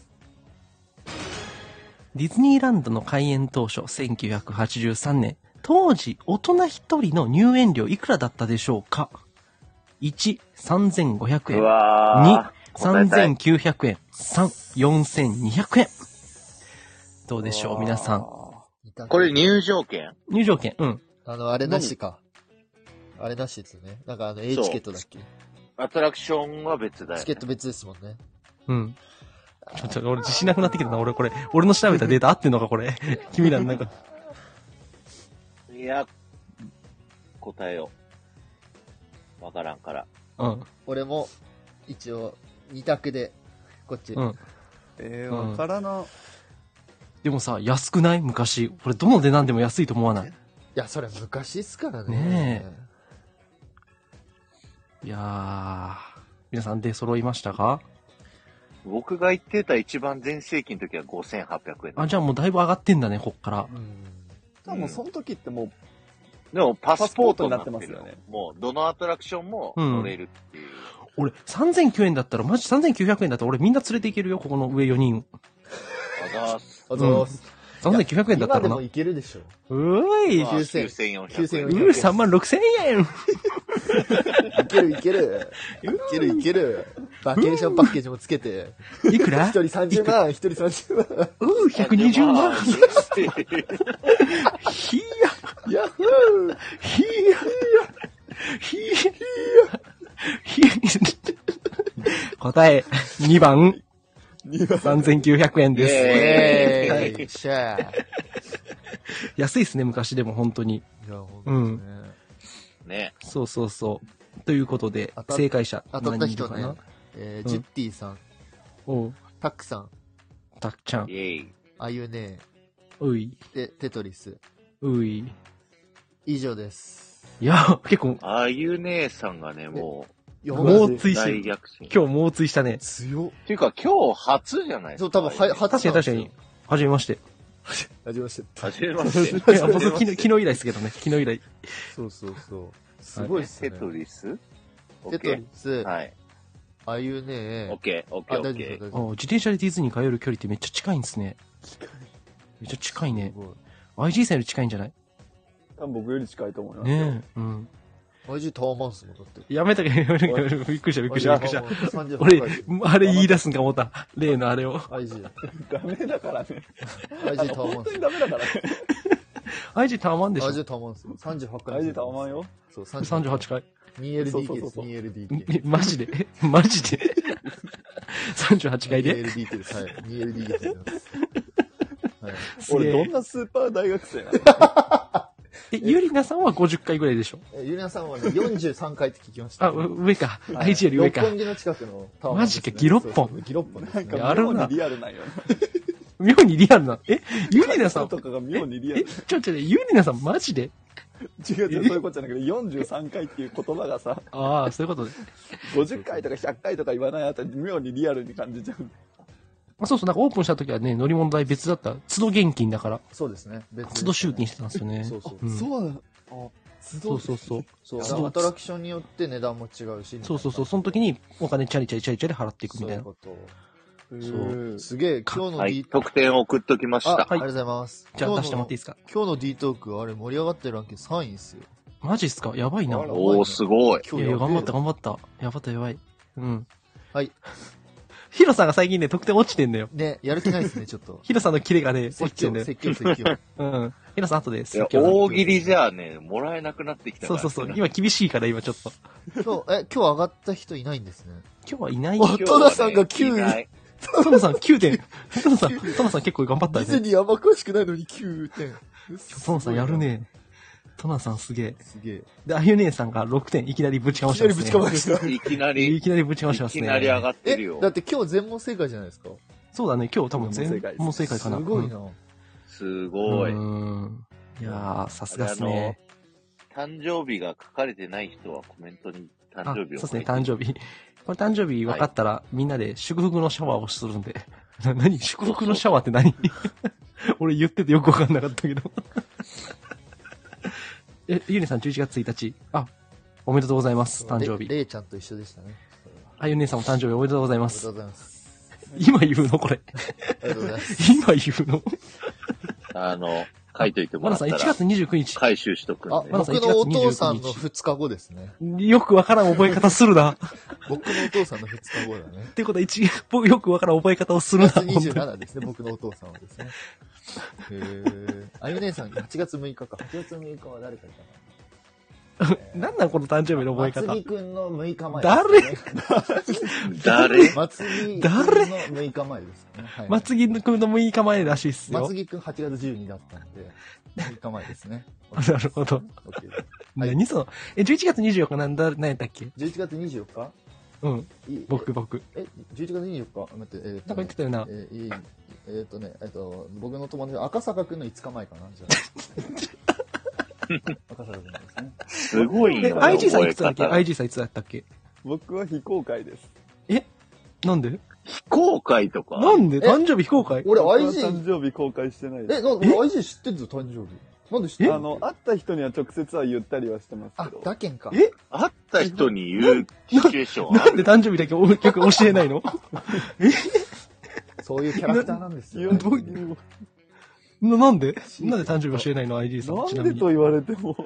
Speaker 2: ディズニーランドの開園当初、1983年、当時、大人1人の入園料いくらだったでしょうか ?1、3500
Speaker 3: う
Speaker 2: 円。
Speaker 3: わー。答えたい
Speaker 2: 3900円。3、4200円。どうでしょう皆さん。
Speaker 3: これ入場券
Speaker 2: 入場券。うん。
Speaker 5: あの、あれなしか。あれなしですよね。なんかあの、A
Speaker 3: そう
Speaker 5: チケットだっけ
Speaker 3: アトラクションは別だよ、ね。
Speaker 5: チケット別ですもんね。
Speaker 2: うん。ちょっと俺自信なくなってきたな。俺これ、俺の調べたデータ合 ってんのかこれ。君らのなんか。
Speaker 3: いや、答えよう。わからんから。
Speaker 2: うん。
Speaker 5: 俺も、一応、二択で、こっち。
Speaker 2: うん。
Speaker 4: えー、
Speaker 2: うん
Speaker 4: わからな。
Speaker 2: でもさ、安くない昔。これどの値段でも安いと思わない。
Speaker 5: いや、それ昔っすからね。
Speaker 2: ねいやー。皆さん出揃いましたか
Speaker 3: 僕が言ってた一番全盛期の時は5800円だ
Speaker 2: あ、じゃあもうだいぶ上がってんだね、こっから。
Speaker 5: うん。
Speaker 4: 多分その時ってもう、
Speaker 3: でもパスポートになって
Speaker 4: パ
Speaker 3: ま
Speaker 4: ス
Speaker 3: す
Speaker 4: ポートになってますよね
Speaker 3: よね。もうどのアトラクションも乗れるっていう。
Speaker 2: 俺、3900円だったら、マジ3900円だったら俺みんな連れていけるよ、ここの上4人。
Speaker 3: あざーす。
Speaker 1: ありがとうございます。
Speaker 2: 3900円だっ
Speaker 1: 今
Speaker 2: たら
Speaker 1: で
Speaker 2: な。
Speaker 1: も
Speaker 2: う
Speaker 1: いけるでしょ。
Speaker 2: ーい。う
Speaker 3: あ
Speaker 5: 9000
Speaker 3: 9400円。
Speaker 5: 9400
Speaker 2: ー、3万6000円。
Speaker 1: いける、いける。いける、いける。バケーションパッケージもつけて。
Speaker 2: いく
Speaker 1: 一
Speaker 2: ら
Speaker 1: 人30万、一人30万。
Speaker 2: うー、120万。 ひや。
Speaker 1: ヤッフー
Speaker 2: ひや。ひや。ひや。答え、2番。3900円
Speaker 3: イ
Speaker 2: で
Speaker 5: え
Speaker 3: エ
Speaker 5: ーい、シャー。い
Speaker 2: す。安いですね、昔でも本当に。
Speaker 5: や、ほんとですね。
Speaker 3: ーイね。
Speaker 2: そうそうそう。ということで
Speaker 5: 当、たっ
Speaker 2: 正解者
Speaker 5: 当た
Speaker 2: 何
Speaker 5: った
Speaker 2: 人いる
Speaker 5: 人
Speaker 2: か
Speaker 5: ね
Speaker 2: な。、
Speaker 5: えー、
Speaker 2: うん
Speaker 5: ジュッティさん、
Speaker 2: おう、
Speaker 5: タックさん、
Speaker 2: たっちゃん
Speaker 3: イ。ェイ。
Speaker 5: あゆね
Speaker 2: うい、
Speaker 5: で、テトリス。
Speaker 2: うい。
Speaker 5: 以上です。
Speaker 2: いや、 結構、
Speaker 3: ああいう姉さんがね、も
Speaker 1: いや
Speaker 2: 猛
Speaker 1: マジ
Speaker 2: 追
Speaker 3: う
Speaker 2: して
Speaker 3: 大
Speaker 2: る。
Speaker 3: 逆進。
Speaker 2: 今日猛追したね。
Speaker 1: 強っ。
Speaker 3: っていうか今日初じゃないです
Speaker 5: そう、
Speaker 3: か
Speaker 5: 多分、は、初
Speaker 2: 確かに確かに。初めまして。
Speaker 1: 始めまして。
Speaker 3: 初めま
Speaker 2: い
Speaker 3: して。
Speaker 2: や僕 昨日、昨日以来ですけどね。昨日以来。
Speaker 1: そうそうそう。すごいっすね
Speaker 3: テ。トリスオ
Speaker 5: テ
Speaker 3: ッ
Speaker 5: ト
Speaker 3: ケ
Speaker 5: リス
Speaker 3: ー。、はい。
Speaker 5: あゆ
Speaker 3: オッ
Speaker 5: ね
Speaker 3: ケー、オッケ
Speaker 5: あ、
Speaker 3: ー、オ
Speaker 5: 大丈夫
Speaker 3: ッ
Speaker 5: で
Speaker 3: ケ
Speaker 5: す、大
Speaker 2: あ
Speaker 5: 丈夫
Speaker 2: 自転車でディズニー通える距離ってめっちゃ近いんですね。めっちゃ近い
Speaker 5: です
Speaker 2: ね。
Speaker 5: すごい。
Speaker 2: YG さんより近いんじゃない
Speaker 4: 多分僕より近いと思います。
Speaker 2: ねえ。うん。
Speaker 5: マジタワーマンスもだって。
Speaker 2: やめたけど、 やめたけど、びっくりした、びっくりした、びっくりした。
Speaker 5: 38
Speaker 2: 俺
Speaker 5: 回、
Speaker 2: あれ言い出すんか思った。例のあれを。
Speaker 5: IG。
Speaker 4: ダメだからね。
Speaker 5: IG タワーマン
Speaker 4: 本当
Speaker 5: ス
Speaker 4: に。ダメだからね。
Speaker 2: IG たまんでしょ
Speaker 5: IG タワーマンス。38回。
Speaker 4: 大事だ、お前よ。。
Speaker 5: そう、
Speaker 2: 38。回。
Speaker 5: 2LDK
Speaker 4: そ
Speaker 5: で
Speaker 4: う
Speaker 5: す、
Speaker 4: そうそう
Speaker 5: 2LDK。
Speaker 2: マジで マジで ?38 回で
Speaker 5: 2LDK です、はい。2LDK です。はい。
Speaker 4: 俺ど
Speaker 2: ん
Speaker 4: んなスーパー大学生なの
Speaker 2: え、ゆりなさんは50回ぐらいでしょ
Speaker 1: えゆりなさんはね、43回って聞きました。
Speaker 2: あ、う上か。
Speaker 1: はい
Speaker 2: IG より上か
Speaker 1: 六。本木の近くのタワーマンですね
Speaker 2: マジかギロッポン
Speaker 1: そうそうギロッポンですね
Speaker 2: やるな
Speaker 4: 妙にリアルなんよ。
Speaker 2: 妙にリアルな。え、ゆりなさん
Speaker 4: と、かが妙にリア
Speaker 2: え、
Speaker 4: ル。
Speaker 2: ちょちょ、ゆりなさんマジで
Speaker 4: 違う違う、そういうことじゃなくて、43回っていう言葉がさ、
Speaker 2: ああ、そういうことで。
Speaker 4: 50回とか100回とか言わないあたり、妙にリアルに感じちゃう。
Speaker 2: あそうそう、なんかオープンした時はね、乗り物代別だった。都度現金だから、
Speaker 1: そうですね。別
Speaker 2: 都度集金してたんですよ ね。
Speaker 1: そうそう
Speaker 2: うん
Speaker 4: そうなの
Speaker 2: そうそうそう。
Speaker 1: そう
Speaker 2: そう
Speaker 1: アトラクションによって値段も違うし。
Speaker 2: そうそうそう。その時にお金チャリチャリチャリチャリ払っていく
Speaker 1: そ
Speaker 2: み
Speaker 1: う
Speaker 2: た
Speaker 1: い
Speaker 2: いうな。
Speaker 1: こと。
Speaker 2: そう。
Speaker 5: すげえ、今日の
Speaker 3: ー。は
Speaker 5: D
Speaker 3: い、得点を送っときまし
Speaker 5: あ、
Speaker 3: た。
Speaker 5: ありがとうございます。
Speaker 2: じゃあ
Speaker 5: 今
Speaker 2: 出
Speaker 5: 日
Speaker 2: してもら
Speaker 5: の
Speaker 2: っていいですか
Speaker 5: 今日の D トーク、あれ盛り上がってるランキング3位ですよ。
Speaker 2: マジっすかやばいな。
Speaker 4: あら
Speaker 2: い
Speaker 3: おー、すごい。
Speaker 5: 今日
Speaker 2: やいや、
Speaker 5: やべ
Speaker 2: 頑
Speaker 5: え
Speaker 2: 張った頑張った。やばったやばい。うん。
Speaker 5: はい。
Speaker 2: ヒロさんが最近ね、得点落ちてんだよ。。
Speaker 5: ね、やる気ないですね、ちょっと
Speaker 2: ヒロさんのキレがね、落
Speaker 5: 説
Speaker 2: ちてん
Speaker 5: 教、
Speaker 2: だよ。
Speaker 5: 説教、説教。
Speaker 2: うん。ヒロさん後で
Speaker 3: い
Speaker 2: す。
Speaker 3: や大喜利じゃあね、もらえなくなってきたか
Speaker 2: そう
Speaker 3: ら。
Speaker 2: そうそう。今厳しいから、今ちょっと。
Speaker 5: 今日、え、今日上がった人いないんですね。
Speaker 2: 今日はいない。
Speaker 1: お
Speaker 3: 今日はね
Speaker 1: 戸田さんが9位
Speaker 3: いない
Speaker 2: トナさん9点。トナさん、トナさん結構頑張った
Speaker 1: ディズ
Speaker 2: ね。
Speaker 1: ニーあんま詳しくないのに9点。
Speaker 2: トナさんやるね。トナさんすげえ。
Speaker 1: すげえ。い
Speaker 2: で、あゆねえさんが6点いきなりぶちかまし
Speaker 1: き
Speaker 2: て
Speaker 1: な
Speaker 2: ま
Speaker 1: り
Speaker 2: す、
Speaker 1: ぶちか
Speaker 2: ね。
Speaker 1: ました。
Speaker 3: いきなり、
Speaker 2: い
Speaker 3: い
Speaker 2: きなりぶちかましてます
Speaker 3: き
Speaker 2: ね。
Speaker 3: なり上がってる
Speaker 5: え、
Speaker 3: よ
Speaker 5: だ。って今日全問正解じゃないですか。
Speaker 2: そうだね、今日多分
Speaker 4: もう
Speaker 2: 全
Speaker 4: 正解です
Speaker 2: 問正解
Speaker 5: す
Speaker 2: かな。
Speaker 5: ごいな。
Speaker 3: す
Speaker 2: うん。
Speaker 3: ごい。
Speaker 2: うん。いやー、さすがっすね。
Speaker 3: 誕生日が書かれてない人はコメントに
Speaker 2: あ、
Speaker 3: 誕
Speaker 2: そ
Speaker 3: 生
Speaker 2: う
Speaker 3: 日
Speaker 2: で
Speaker 3: を
Speaker 2: す
Speaker 3: 書い
Speaker 2: ね、
Speaker 3: て。
Speaker 2: 誕生日。これ誕生日 分かったら、みんなで祝福のシャワーをするんで。な何祝福のシャワーって何 俺言っててよくわかんなかったけど。 え、ゆねさん11月1日。あ、おめでとうございます。誕生
Speaker 1: れ
Speaker 2: 日。
Speaker 1: れいちゃんと一緒でしたね。それは
Speaker 2: あ、ゆねさんも誕生日おめでとうござい
Speaker 1: あ
Speaker 2: ま
Speaker 1: りがとう
Speaker 2: す。
Speaker 1: ございます。
Speaker 2: 今言うのこれ。
Speaker 1: あ りがとうございます。
Speaker 2: 今言うの
Speaker 3: あの、書いといて
Speaker 2: マ
Speaker 3: もら
Speaker 2: ナ
Speaker 3: った
Speaker 2: さん1月
Speaker 3: ら、
Speaker 2: 29日。
Speaker 3: 回収しとく
Speaker 1: あ、
Speaker 3: ん で
Speaker 2: ま。だ
Speaker 1: 僕のお父さんの2日後ですね。
Speaker 2: よくわからん覚え方するな。っ
Speaker 1: 僕のお父さんの2日後だね。
Speaker 2: ていうことは一、僕よくわからん覚え方をする
Speaker 1: 8
Speaker 2: な。
Speaker 1: 月27です
Speaker 2: 本当に
Speaker 1: ね、僕のお父さんはですね。へー。あゆねえさん、8月6日か。8月6日は誰かいたなえー
Speaker 2: なんなんこの誕生日の覚え
Speaker 1: 松
Speaker 2: 方
Speaker 1: 木。くんの6日前、
Speaker 3: 誰
Speaker 1: 松木くんの6日前ですね。はい
Speaker 2: 松木君の6日前らしいっすよ
Speaker 1: 松。木くん8月12だったんで、6日前ですね。
Speaker 2: なるほど
Speaker 1: OK です。はい
Speaker 2: 何その、え、11月24日なんだ、何やったっけ
Speaker 1: 11月24日
Speaker 2: うん、
Speaker 1: い
Speaker 2: 僕、僕。
Speaker 1: え、11月24日待って、えーっ
Speaker 2: な
Speaker 1: と
Speaker 2: んか
Speaker 1: ね
Speaker 2: 言ってたよな。
Speaker 1: えーいいえーっとね、えーっと、僕の友達、赤坂くんの5日前かな、じゃ あ。赤坂くんですね。
Speaker 3: すごい
Speaker 2: え、
Speaker 3: な、
Speaker 2: IG さん
Speaker 3: 覚
Speaker 2: い
Speaker 3: え
Speaker 2: つだっけ
Speaker 3: 方。
Speaker 2: ?IG さんいつだったっけ
Speaker 4: 僕は非公開です。
Speaker 2: なんで
Speaker 3: 非公開とか。
Speaker 2: なんで誕生日非公開
Speaker 1: 俺、
Speaker 4: 僕は
Speaker 1: IG、
Speaker 4: 誕生日公開してないで
Speaker 1: え、
Speaker 4: す。
Speaker 1: なんか IG 知ってんぞ、誕生日。なんで知ってん
Speaker 4: あの、会った人には直接は言ったりはしてます
Speaker 1: あ
Speaker 4: けど、。
Speaker 1: だけんか。
Speaker 2: え
Speaker 3: 会った人に言うシチュエーションあ
Speaker 2: なん
Speaker 3: る
Speaker 2: で誕生日だけお逆に教えないの
Speaker 1: そういうキャラクターなんですよ。
Speaker 4: 言う
Speaker 2: どうななんでなんで誕生日教えないの ?IG さん。ち
Speaker 4: な
Speaker 2: なんみ
Speaker 4: で
Speaker 2: に
Speaker 4: と言われても、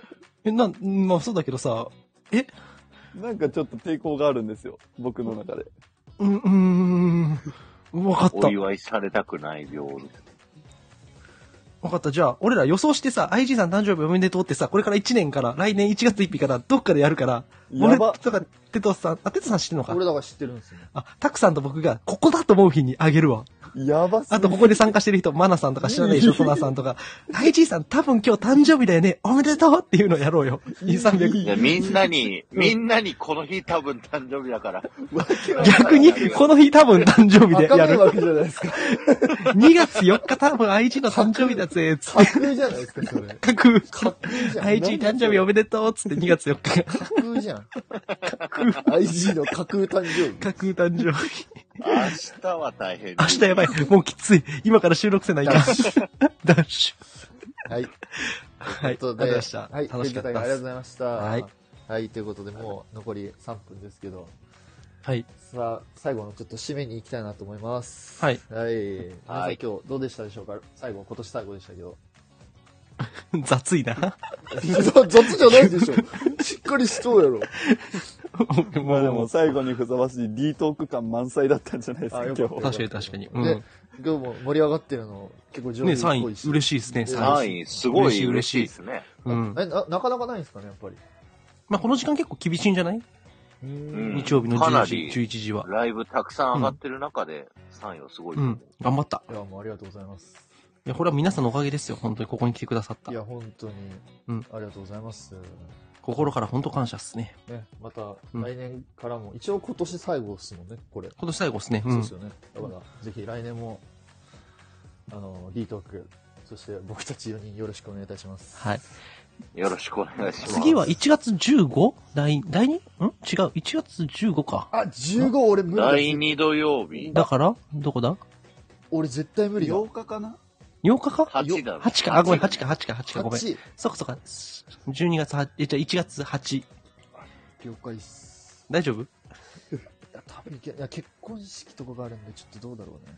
Speaker 2: え、なん、まあそうだけどさ、
Speaker 4: なんかちょっと抵抗があるんですよ。僕の中で。
Speaker 2: うん、うーん、わかっ
Speaker 3: お
Speaker 2: た。
Speaker 3: 祝いされたくない病
Speaker 2: わかった。じゃあ、俺ら予想してさ、IG さん誕生日おめでとうってさ、これから1年から、来年1月1日から、どっかでやるから、
Speaker 4: や
Speaker 2: 俺
Speaker 4: ば。
Speaker 2: とか、テトさん、あ、テトさん知ってるのか
Speaker 1: 俺だから知ってるんですよ。
Speaker 2: あ、タクさんと僕が、ここだと思う日にあげるわ。
Speaker 4: やばす
Speaker 2: あ
Speaker 4: ぎ
Speaker 2: と、ここで参加してる人、マナさんとか知らないでしょ、ソナさんとか。IG さん、多分今日誕生日だよね。おめでとうっていうのをやろうよ。
Speaker 3: い
Speaker 2: 2300。
Speaker 3: や、みんなに、みんなにこの日多分誕生日だから。
Speaker 2: 逆に、この日多分誕生日
Speaker 1: 開
Speaker 2: で
Speaker 1: か
Speaker 2: や
Speaker 1: ない
Speaker 2: る。
Speaker 1: わけじゃないですか。
Speaker 2: 2月4日多分 IG の誕生日だぜ、つって。
Speaker 1: 架空じゃないですか、それ。
Speaker 2: 架空。
Speaker 1: 架空じゃん。
Speaker 2: IG 誕生日おめでとう、つって2月4日が。
Speaker 1: 架空じゃん。IG の架空誕生日。
Speaker 2: 架空誕生日。
Speaker 3: 明日は大変。
Speaker 2: 明日やばい。もうきつい。今から収録せないかん。
Speaker 1: ダ
Speaker 2: ダ
Speaker 1: ッ
Speaker 2: ッシュ。
Speaker 1: はい。
Speaker 2: はい。ありがと
Speaker 1: といううこ
Speaker 2: ご
Speaker 1: と
Speaker 2: ざい
Speaker 1: で
Speaker 2: ました。
Speaker 1: はい、
Speaker 2: 楽しかっ
Speaker 1: レギュ
Speaker 2: た
Speaker 1: ラーありがとうご
Speaker 2: です。
Speaker 1: ざいました。
Speaker 2: はい。
Speaker 1: はい、ということで、もう残り3分ですけど、
Speaker 2: はい。
Speaker 1: さあ、最後のちょっと締めに行きたいなと思います。
Speaker 2: はい。
Speaker 1: はい。皆さん
Speaker 3: は
Speaker 1: 今
Speaker 3: い
Speaker 1: 日どうでしたでしょうか最後、今年最後でしたけど。
Speaker 2: 雑 いな。
Speaker 1: 雑じゃないでしょ。しっかりしそうやろ。
Speaker 4: まあで
Speaker 2: も
Speaker 4: も
Speaker 2: う、
Speaker 4: 最後にふさわしい D トーク感満載だったんじゃないですか、
Speaker 1: あよ
Speaker 4: 今
Speaker 1: か
Speaker 4: 日
Speaker 1: った。
Speaker 2: 確かに確かに。う
Speaker 1: で
Speaker 2: ん。
Speaker 1: 今日も盛り上がってるの結構上手
Speaker 2: ね、サイン嬉しいですね、サ
Speaker 3: は
Speaker 2: イン。
Speaker 3: い、すごい
Speaker 2: 嬉
Speaker 3: 嬉
Speaker 2: しい
Speaker 3: しい
Speaker 2: 嬉
Speaker 3: で
Speaker 2: し
Speaker 3: すね。
Speaker 2: うん。
Speaker 1: えな、なかなかないんですかね、やっぱり。
Speaker 2: まあ、この時間結構厳しいんじゃない
Speaker 3: うん
Speaker 2: 日曜日の
Speaker 3: か
Speaker 2: 10
Speaker 3: な
Speaker 2: 時、
Speaker 3: り
Speaker 2: 11時は。
Speaker 3: ライブたくさん上がってる中で、3位はすごいと
Speaker 2: う
Speaker 3: 思う。
Speaker 2: ん。頑張った。
Speaker 1: いや、もうありがとうございます。
Speaker 2: いや、これは皆さんのおかげですよ。本当にここに来てくださった
Speaker 1: い。や、本当に、
Speaker 2: うん
Speaker 1: ありがとうございます。
Speaker 2: 心から本当感謝っすね。
Speaker 1: ね、また
Speaker 2: うん
Speaker 1: 来年からも、一応今年最後ですもんね、これ。
Speaker 2: 今年最後っすね。う
Speaker 1: そうで
Speaker 2: ん
Speaker 1: す。よね。だから、ぜひ来年も、あの、D トーク、そして僕たち4人よろしくお願いいたします。
Speaker 2: はい。
Speaker 3: よろしくお願いします。
Speaker 2: 次は1月 15? 第、第 2? ん違う。1月15か。
Speaker 1: あ、15俺無
Speaker 3: 第
Speaker 1: 理だ。
Speaker 3: 2土曜日、
Speaker 2: だから、どこだ
Speaker 1: 俺絶対無理だ。
Speaker 4: 8日かな
Speaker 2: ?8 日か
Speaker 3: 8だろ。
Speaker 2: 8か。あ、ごめん、8か、8か、8か、ごめん。
Speaker 1: 8、
Speaker 2: そっかそっか。12月8、え、じゃあ1月8。
Speaker 1: 了解っす。
Speaker 2: 大丈夫
Speaker 1: いや、多分いけ、いや、結婚式とかがあるんで、ちょっとどうだろうね。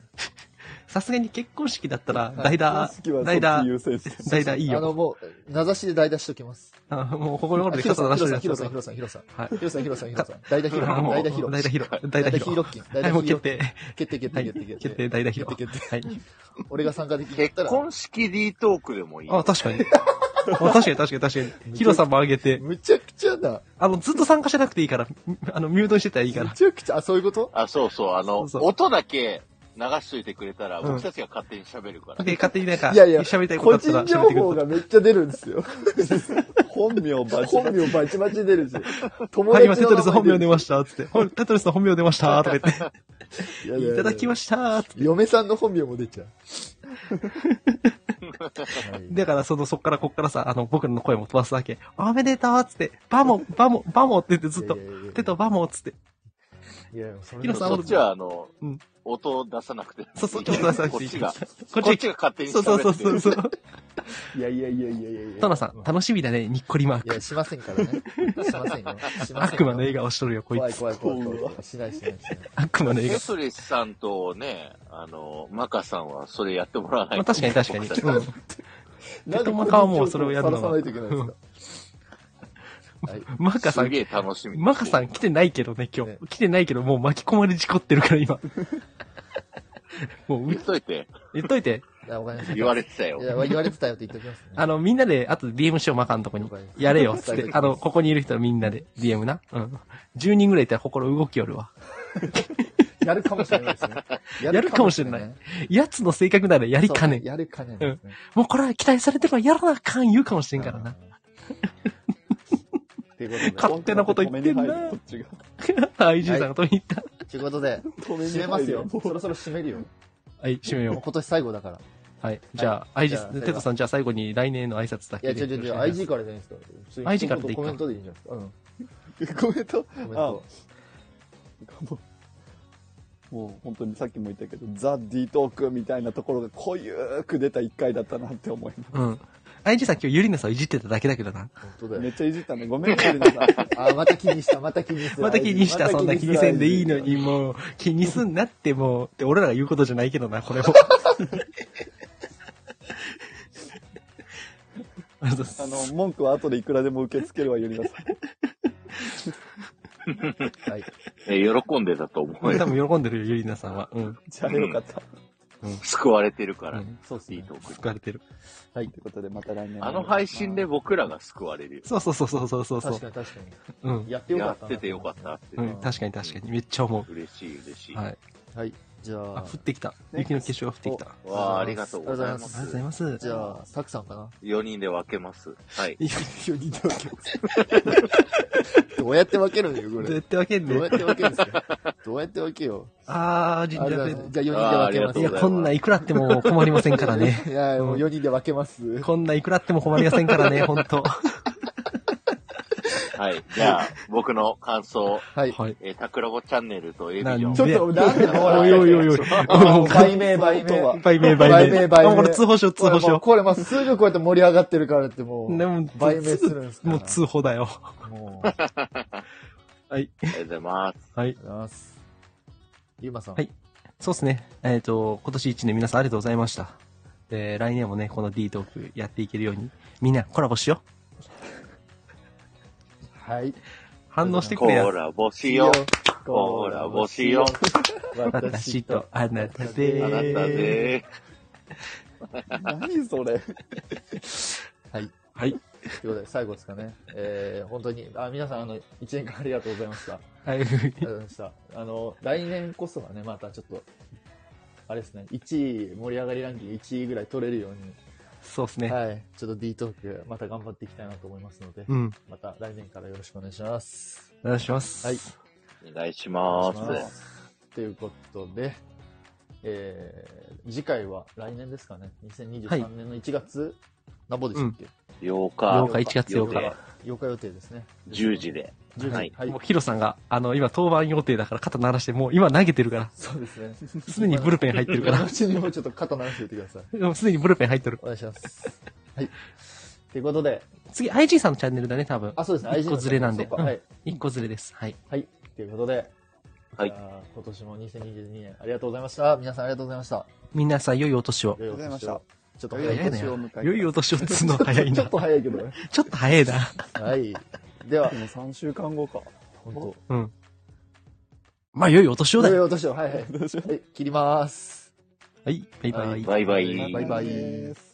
Speaker 2: さすがに結婚式だったら、
Speaker 1: はい
Speaker 2: 代打
Speaker 4: 好、きは
Speaker 2: 代打、
Speaker 4: 優先して。
Speaker 2: 代打いい
Speaker 1: あの、
Speaker 2: よ。
Speaker 1: もう、名指しで代打しときます。
Speaker 2: あ もう心
Speaker 1: あ
Speaker 2: で
Speaker 1: ヒロ
Speaker 2: 一つ
Speaker 1: さ
Speaker 2: の
Speaker 1: ん、
Speaker 2: 出
Speaker 1: ヒ
Speaker 2: し
Speaker 1: ロ
Speaker 2: て
Speaker 1: さん、ヒ
Speaker 2: くだ
Speaker 1: ロさ
Speaker 2: さ
Speaker 1: ん、
Speaker 2: い
Speaker 1: ヒロさん、ヒロさん。
Speaker 2: はい。
Speaker 1: ヒロさん、ヒロさん、ヒロさん。代打ヒロ、
Speaker 2: あもう
Speaker 1: 代打ヒロ。
Speaker 2: 代打ヒロ
Speaker 1: 代
Speaker 2: 代
Speaker 1: 打
Speaker 2: 打
Speaker 1: ヒ
Speaker 2: ヒ
Speaker 1: ロ
Speaker 2: ロ
Speaker 1: ッキン。
Speaker 2: は
Speaker 1: 代打
Speaker 2: い、
Speaker 1: ヒ
Speaker 2: も
Speaker 1: ロ
Speaker 2: う決定。
Speaker 1: 決定、決
Speaker 2: は
Speaker 1: 定、
Speaker 2: い
Speaker 1: 決定、。
Speaker 2: 決定、代打ヒロ。
Speaker 1: 決定決定
Speaker 2: はい。
Speaker 1: 俺が参加できなか
Speaker 3: 結
Speaker 1: ったら、
Speaker 3: 婚式 D トークでもいい。
Speaker 2: あ、確かに。あ確かに確かに確かに。ヒロさんもあげて。
Speaker 1: むちゃくちゃだ。
Speaker 2: あの、ずっと参加しなくていいから、あの、ミュートにしてたらいいか
Speaker 1: む
Speaker 2: ら。
Speaker 1: ちゃくちゃ、あ、そういうこと
Speaker 3: あ、そうそう、あの、
Speaker 2: そうそう
Speaker 3: 音だけ流しといてくれたら、
Speaker 2: うん
Speaker 3: 僕たちが勝手に喋るから。
Speaker 2: で、勝手になんか、
Speaker 1: いやいや
Speaker 2: 喋りたいこと
Speaker 1: 個
Speaker 2: あった
Speaker 1: 人
Speaker 2: ら
Speaker 1: 情
Speaker 2: 喋ってく
Speaker 1: 報
Speaker 2: る。
Speaker 1: がめっちゃ出るんですよ。
Speaker 4: 本名バチ
Speaker 1: 本
Speaker 4: バチ。
Speaker 1: 名バチバチ出るし。友
Speaker 2: はい、今、
Speaker 1: 達
Speaker 2: テ
Speaker 1: の
Speaker 2: トリス
Speaker 1: 名
Speaker 2: 本名
Speaker 1: 前
Speaker 2: 出
Speaker 1: 出
Speaker 2: ました、つって。ほんテトリスの本名出ました、とか言って。
Speaker 1: る
Speaker 2: いただきま
Speaker 1: し
Speaker 2: した、つって。
Speaker 1: た。嫁さんの本名も出ちゃう。はい
Speaker 2: だから、その、そっから、こっからさ、あの、僕らの声も飛ばすだけ。おめでとうっつって、バモ、バモ、バモって言ってずっと
Speaker 1: いやいやいやいや、
Speaker 2: 手とバモっつって。
Speaker 6: いや、それ
Speaker 2: ヒロさん
Speaker 3: そっちは、あの
Speaker 2: うん、
Speaker 3: 音を出さなくて。
Speaker 2: そうそう、ちょっと出させて
Speaker 3: こ
Speaker 2: い
Speaker 3: っち
Speaker 2: ただ
Speaker 3: が
Speaker 2: きま、す。
Speaker 3: こっちが勝手に
Speaker 2: そうそう
Speaker 3: 喋
Speaker 2: そう
Speaker 3: って
Speaker 2: そう
Speaker 3: る。
Speaker 2: そう。
Speaker 6: いやいやいやいやいやいや。
Speaker 2: トナさん、楽しみだね、にっこりマー
Speaker 1: いや、
Speaker 2: ク。
Speaker 1: しませんからね。しませんよ。しません
Speaker 2: 悪魔の笑顔しとるよ、こい
Speaker 1: 怖い
Speaker 2: つ。
Speaker 1: 怖い怖い怖い。しないしないしない。
Speaker 2: 悪魔の笑
Speaker 3: テ
Speaker 2: 顔。
Speaker 3: トリスさんとね、あの、マカさんはそれやってもらわない
Speaker 2: まあ
Speaker 3: と。
Speaker 2: 確かに 確かに。うん。
Speaker 6: なんで
Speaker 2: トマカはもうそれをやるのは
Speaker 6: さらさないといけないんですか
Speaker 2: マーカさ
Speaker 3: す
Speaker 2: ん
Speaker 3: げ、え楽しみ。
Speaker 2: マーカさん来てないけどね、今
Speaker 6: ね
Speaker 2: 日。来てないけど、もう巻き込まれ事故ってるから、今。もう
Speaker 3: 言、っといて、
Speaker 2: 言っといて。
Speaker 1: いや、わかりました。
Speaker 3: 言われてたよ
Speaker 1: い。や、言われてたよって言っておきますね。
Speaker 2: あの、みんなで、あと DM しよう、マカのとこに
Speaker 1: 了解。
Speaker 2: やれよ、つっ
Speaker 1: 了
Speaker 2: て。
Speaker 1: 解
Speaker 2: あの、ここにいる人はみんなで DM な。うん。10人ぐらいいたら心動きよるわ。
Speaker 1: やるかもしれないですね。
Speaker 2: やるかもしれない。奴の性格ならやりかねん。
Speaker 1: やるかねですね。
Speaker 2: もうこれは期待されてるからやらなあかん言うかもしれんからな。
Speaker 1: ということで、
Speaker 2: 勝手なこと言ってんな
Speaker 4: こっちが。
Speaker 2: IG さんが取りに行った。
Speaker 1: ということで、締めますよ。そろそろ締めるよ。
Speaker 2: はい、締めよ
Speaker 1: もう今年最後だから。
Speaker 2: う。はい。じゃあ、
Speaker 1: じゃあ
Speaker 2: IG、テトさん、じゃあ最後に来年への挨拶だ
Speaker 1: い
Speaker 2: け。
Speaker 1: や、違う違う違う、。IG からじゃないですか。普通に
Speaker 2: IG からでいいか
Speaker 1: コメントでいいんじゃないですか。うん。
Speaker 4: コメント。
Speaker 1: コメン
Speaker 4: あ
Speaker 1: ト。
Speaker 4: もう本当にさっきも言ったけど、ザ・ディートークみたいなところが濃ゆーく出た一回だったなって思いま
Speaker 2: うん。IG さん今日ユリナさんをいじってただけだけどな。
Speaker 1: 本当
Speaker 4: す。
Speaker 1: だ
Speaker 4: め
Speaker 1: よ。
Speaker 4: っちゃいじったね。ごめん、ゆりなさん。
Speaker 1: あ、また気にした、また気にした。
Speaker 2: また気にした、
Speaker 1: ま
Speaker 2: そんな気にせんでいいのに、もう、気にすんなってもう、って俺らが言うことじゃないけどな、これも。ありがとうございます
Speaker 4: あの、文句は後でいくらでも受け付けるわ、ゆりなさん。
Speaker 1: はい。
Speaker 3: え喜んでたと思う
Speaker 2: 多
Speaker 3: よ。
Speaker 2: 分喜んでるよ、ユリナさんは。うん。
Speaker 4: じゃあよかった。
Speaker 3: 救われてるから
Speaker 2: う。ん
Speaker 1: そうっす
Speaker 3: いい
Speaker 1: ね。
Speaker 3: と思う。
Speaker 2: 救われてる。
Speaker 4: ということで、また来年。
Speaker 3: あの配信で僕らが救われるよ。
Speaker 2: そうそうそうそうそうそう。
Speaker 1: 確かに確かに。
Speaker 2: うん。
Speaker 1: やってよか
Speaker 3: や
Speaker 1: った
Speaker 3: っ
Speaker 1: な。
Speaker 3: ててよかったって
Speaker 2: う。ん、確かに確かに。めっちゃ思
Speaker 3: 嬉しい嬉し
Speaker 2: う。
Speaker 3: い。
Speaker 2: はい。
Speaker 1: はい。じゃ
Speaker 2: あ、
Speaker 1: あ
Speaker 2: 降っ、てきた。雪の結晶が降ってきた。あ
Speaker 3: わあ、ありがとうございま
Speaker 2: りがとうご
Speaker 3: す
Speaker 2: ざい。ます。
Speaker 1: じゃあ、サクさんかな。
Speaker 3: 4人で分けます。はい。
Speaker 2: いや
Speaker 1: どうやって分けるんだよ、こ
Speaker 2: どうや
Speaker 1: れ。
Speaker 2: って分けん
Speaker 1: どうや
Speaker 2: ね
Speaker 1: って分けるんですかどうやって分けよ
Speaker 2: あ
Speaker 1: う。
Speaker 2: ー、人
Speaker 1: あじゃあ、じゃ
Speaker 2: 脈
Speaker 1: あ。4人で
Speaker 3: あー
Speaker 1: 分
Speaker 3: あり
Speaker 1: け
Speaker 3: が
Speaker 1: ます
Speaker 3: と
Speaker 2: いうや、こんないくらあっても困りませんからね。
Speaker 1: す。いや、もう4人で分けます。
Speaker 2: こんないくらあっても困りませんか らね、ほんと。
Speaker 3: はい。じゃあ、僕の感想、
Speaker 1: はい。
Speaker 2: はい。
Speaker 3: えー、タクラボチャンネルとエビ
Speaker 2: な
Speaker 3: ジ
Speaker 2: ん
Speaker 3: ョン。
Speaker 2: で、お
Speaker 1: なんで
Speaker 2: いおいおいおい。もう
Speaker 1: 売名、売名。
Speaker 2: 売名、売
Speaker 1: 売
Speaker 2: 名。
Speaker 1: 名
Speaker 2: あ
Speaker 1: 売名
Speaker 2: これ通報しよう、通報しよ
Speaker 1: これ、ま、すぐこうやって盛り上がってるからっても
Speaker 2: う。でも
Speaker 1: う、、売名するんですから
Speaker 2: もう通報だよ。
Speaker 1: もう。ありがと
Speaker 2: はい。
Speaker 3: ありがとうございます。
Speaker 2: はい。
Speaker 1: うございます。ゆうまさん。
Speaker 2: はいそうですね。えっ、と、今年一年皆さんありがとうございました。で、来年もね、この D トークやっていけるように、みんなコラボしよう。
Speaker 1: はい。
Speaker 2: 反応してく
Speaker 3: コ
Speaker 2: れよ
Speaker 3: ー。ラボしよう。コーラボしよ
Speaker 1: う。
Speaker 2: 私とあなたで
Speaker 3: う。あなたで。
Speaker 4: 何それ。
Speaker 2: はい。
Speaker 1: ということで、最後ですかね。えー、本当に、あ、皆さん、あの、1年間ありがとうございました。あ
Speaker 2: はい。
Speaker 1: りがとうございました。あの、来年こそはね、またちょっと、あれですね、1位、盛り上がりランキング1位ぐらい取れるよう
Speaker 2: そうです
Speaker 1: に、
Speaker 2: ね。
Speaker 1: はい、ちょっと D トーク、また頑張っていきたいなと思いますので、
Speaker 2: うん。
Speaker 1: また来年からよろしくお願いします。
Speaker 2: お願いします。
Speaker 1: はい。
Speaker 3: お願いし
Speaker 1: お
Speaker 3: ます。
Speaker 1: 願いしますということで、えー、次回は来年ですかね、2023年の1月、なんぼでしたっけ、
Speaker 3: 8
Speaker 2: 8
Speaker 3: 日
Speaker 2: 日、1月8
Speaker 3: 予
Speaker 2: 日
Speaker 3: 定。
Speaker 1: 8日予定ですね。
Speaker 3: 10時で。
Speaker 1: 10時。
Speaker 3: は
Speaker 1: はいい。
Speaker 2: もうヒロさんが、あの、今当番予定だから肩鳴らして、もう今投げてるから。
Speaker 1: そうですね。
Speaker 2: すでにブルペン入って るから
Speaker 1: う。ちにもちょっと肩慣らしておいてください。
Speaker 2: もうすでにブルペン入っとる。
Speaker 1: お願いします。はい。ということで、
Speaker 2: 次、IG さんのチャンネルだね、多分。
Speaker 1: あ、そうですね。
Speaker 2: 一個ずれなんで。
Speaker 1: そうかはい。
Speaker 2: 一個ずれです。はい。
Speaker 1: はい。ということで、
Speaker 3: はい
Speaker 1: じゃあ今年も2022年ありがとうございました。皆さんありがとうございました。
Speaker 2: 皆さん、良いお年を。
Speaker 1: 良いお
Speaker 4: ありがとうござい
Speaker 1: 年
Speaker 4: ました
Speaker 1: を。ちょっと
Speaker 4: 良
Speaker 1: 早
Speaker 4: い
Speaker 1: い
Speaker 4: お
Speaker 1: けど
Speaker 4: 年を迎えた
Speaker 2: 良いお年をっつうの早 い
Speaker 1: ちょっ
Speaker 2: な。
Speaker 1: と早いけどね。
Speaker 2: ちょっと早いな。
Speaker 1: はい。では
Speaker 4: で、も3週間後か。
Speaker 1: 本
Speaker 2: うん。まあ、良いお年を
Speaker 1: 当。
Speaker 2: だ
Speaker 1: 良い
Speaker 2: よ。
Speaker 1: お年を。はいはい。はい、切ります。
Speaker 2: はい、バイバイ。
Speaker 3: バイバ
Speaker 1: バイバイ。
Speaker 4: です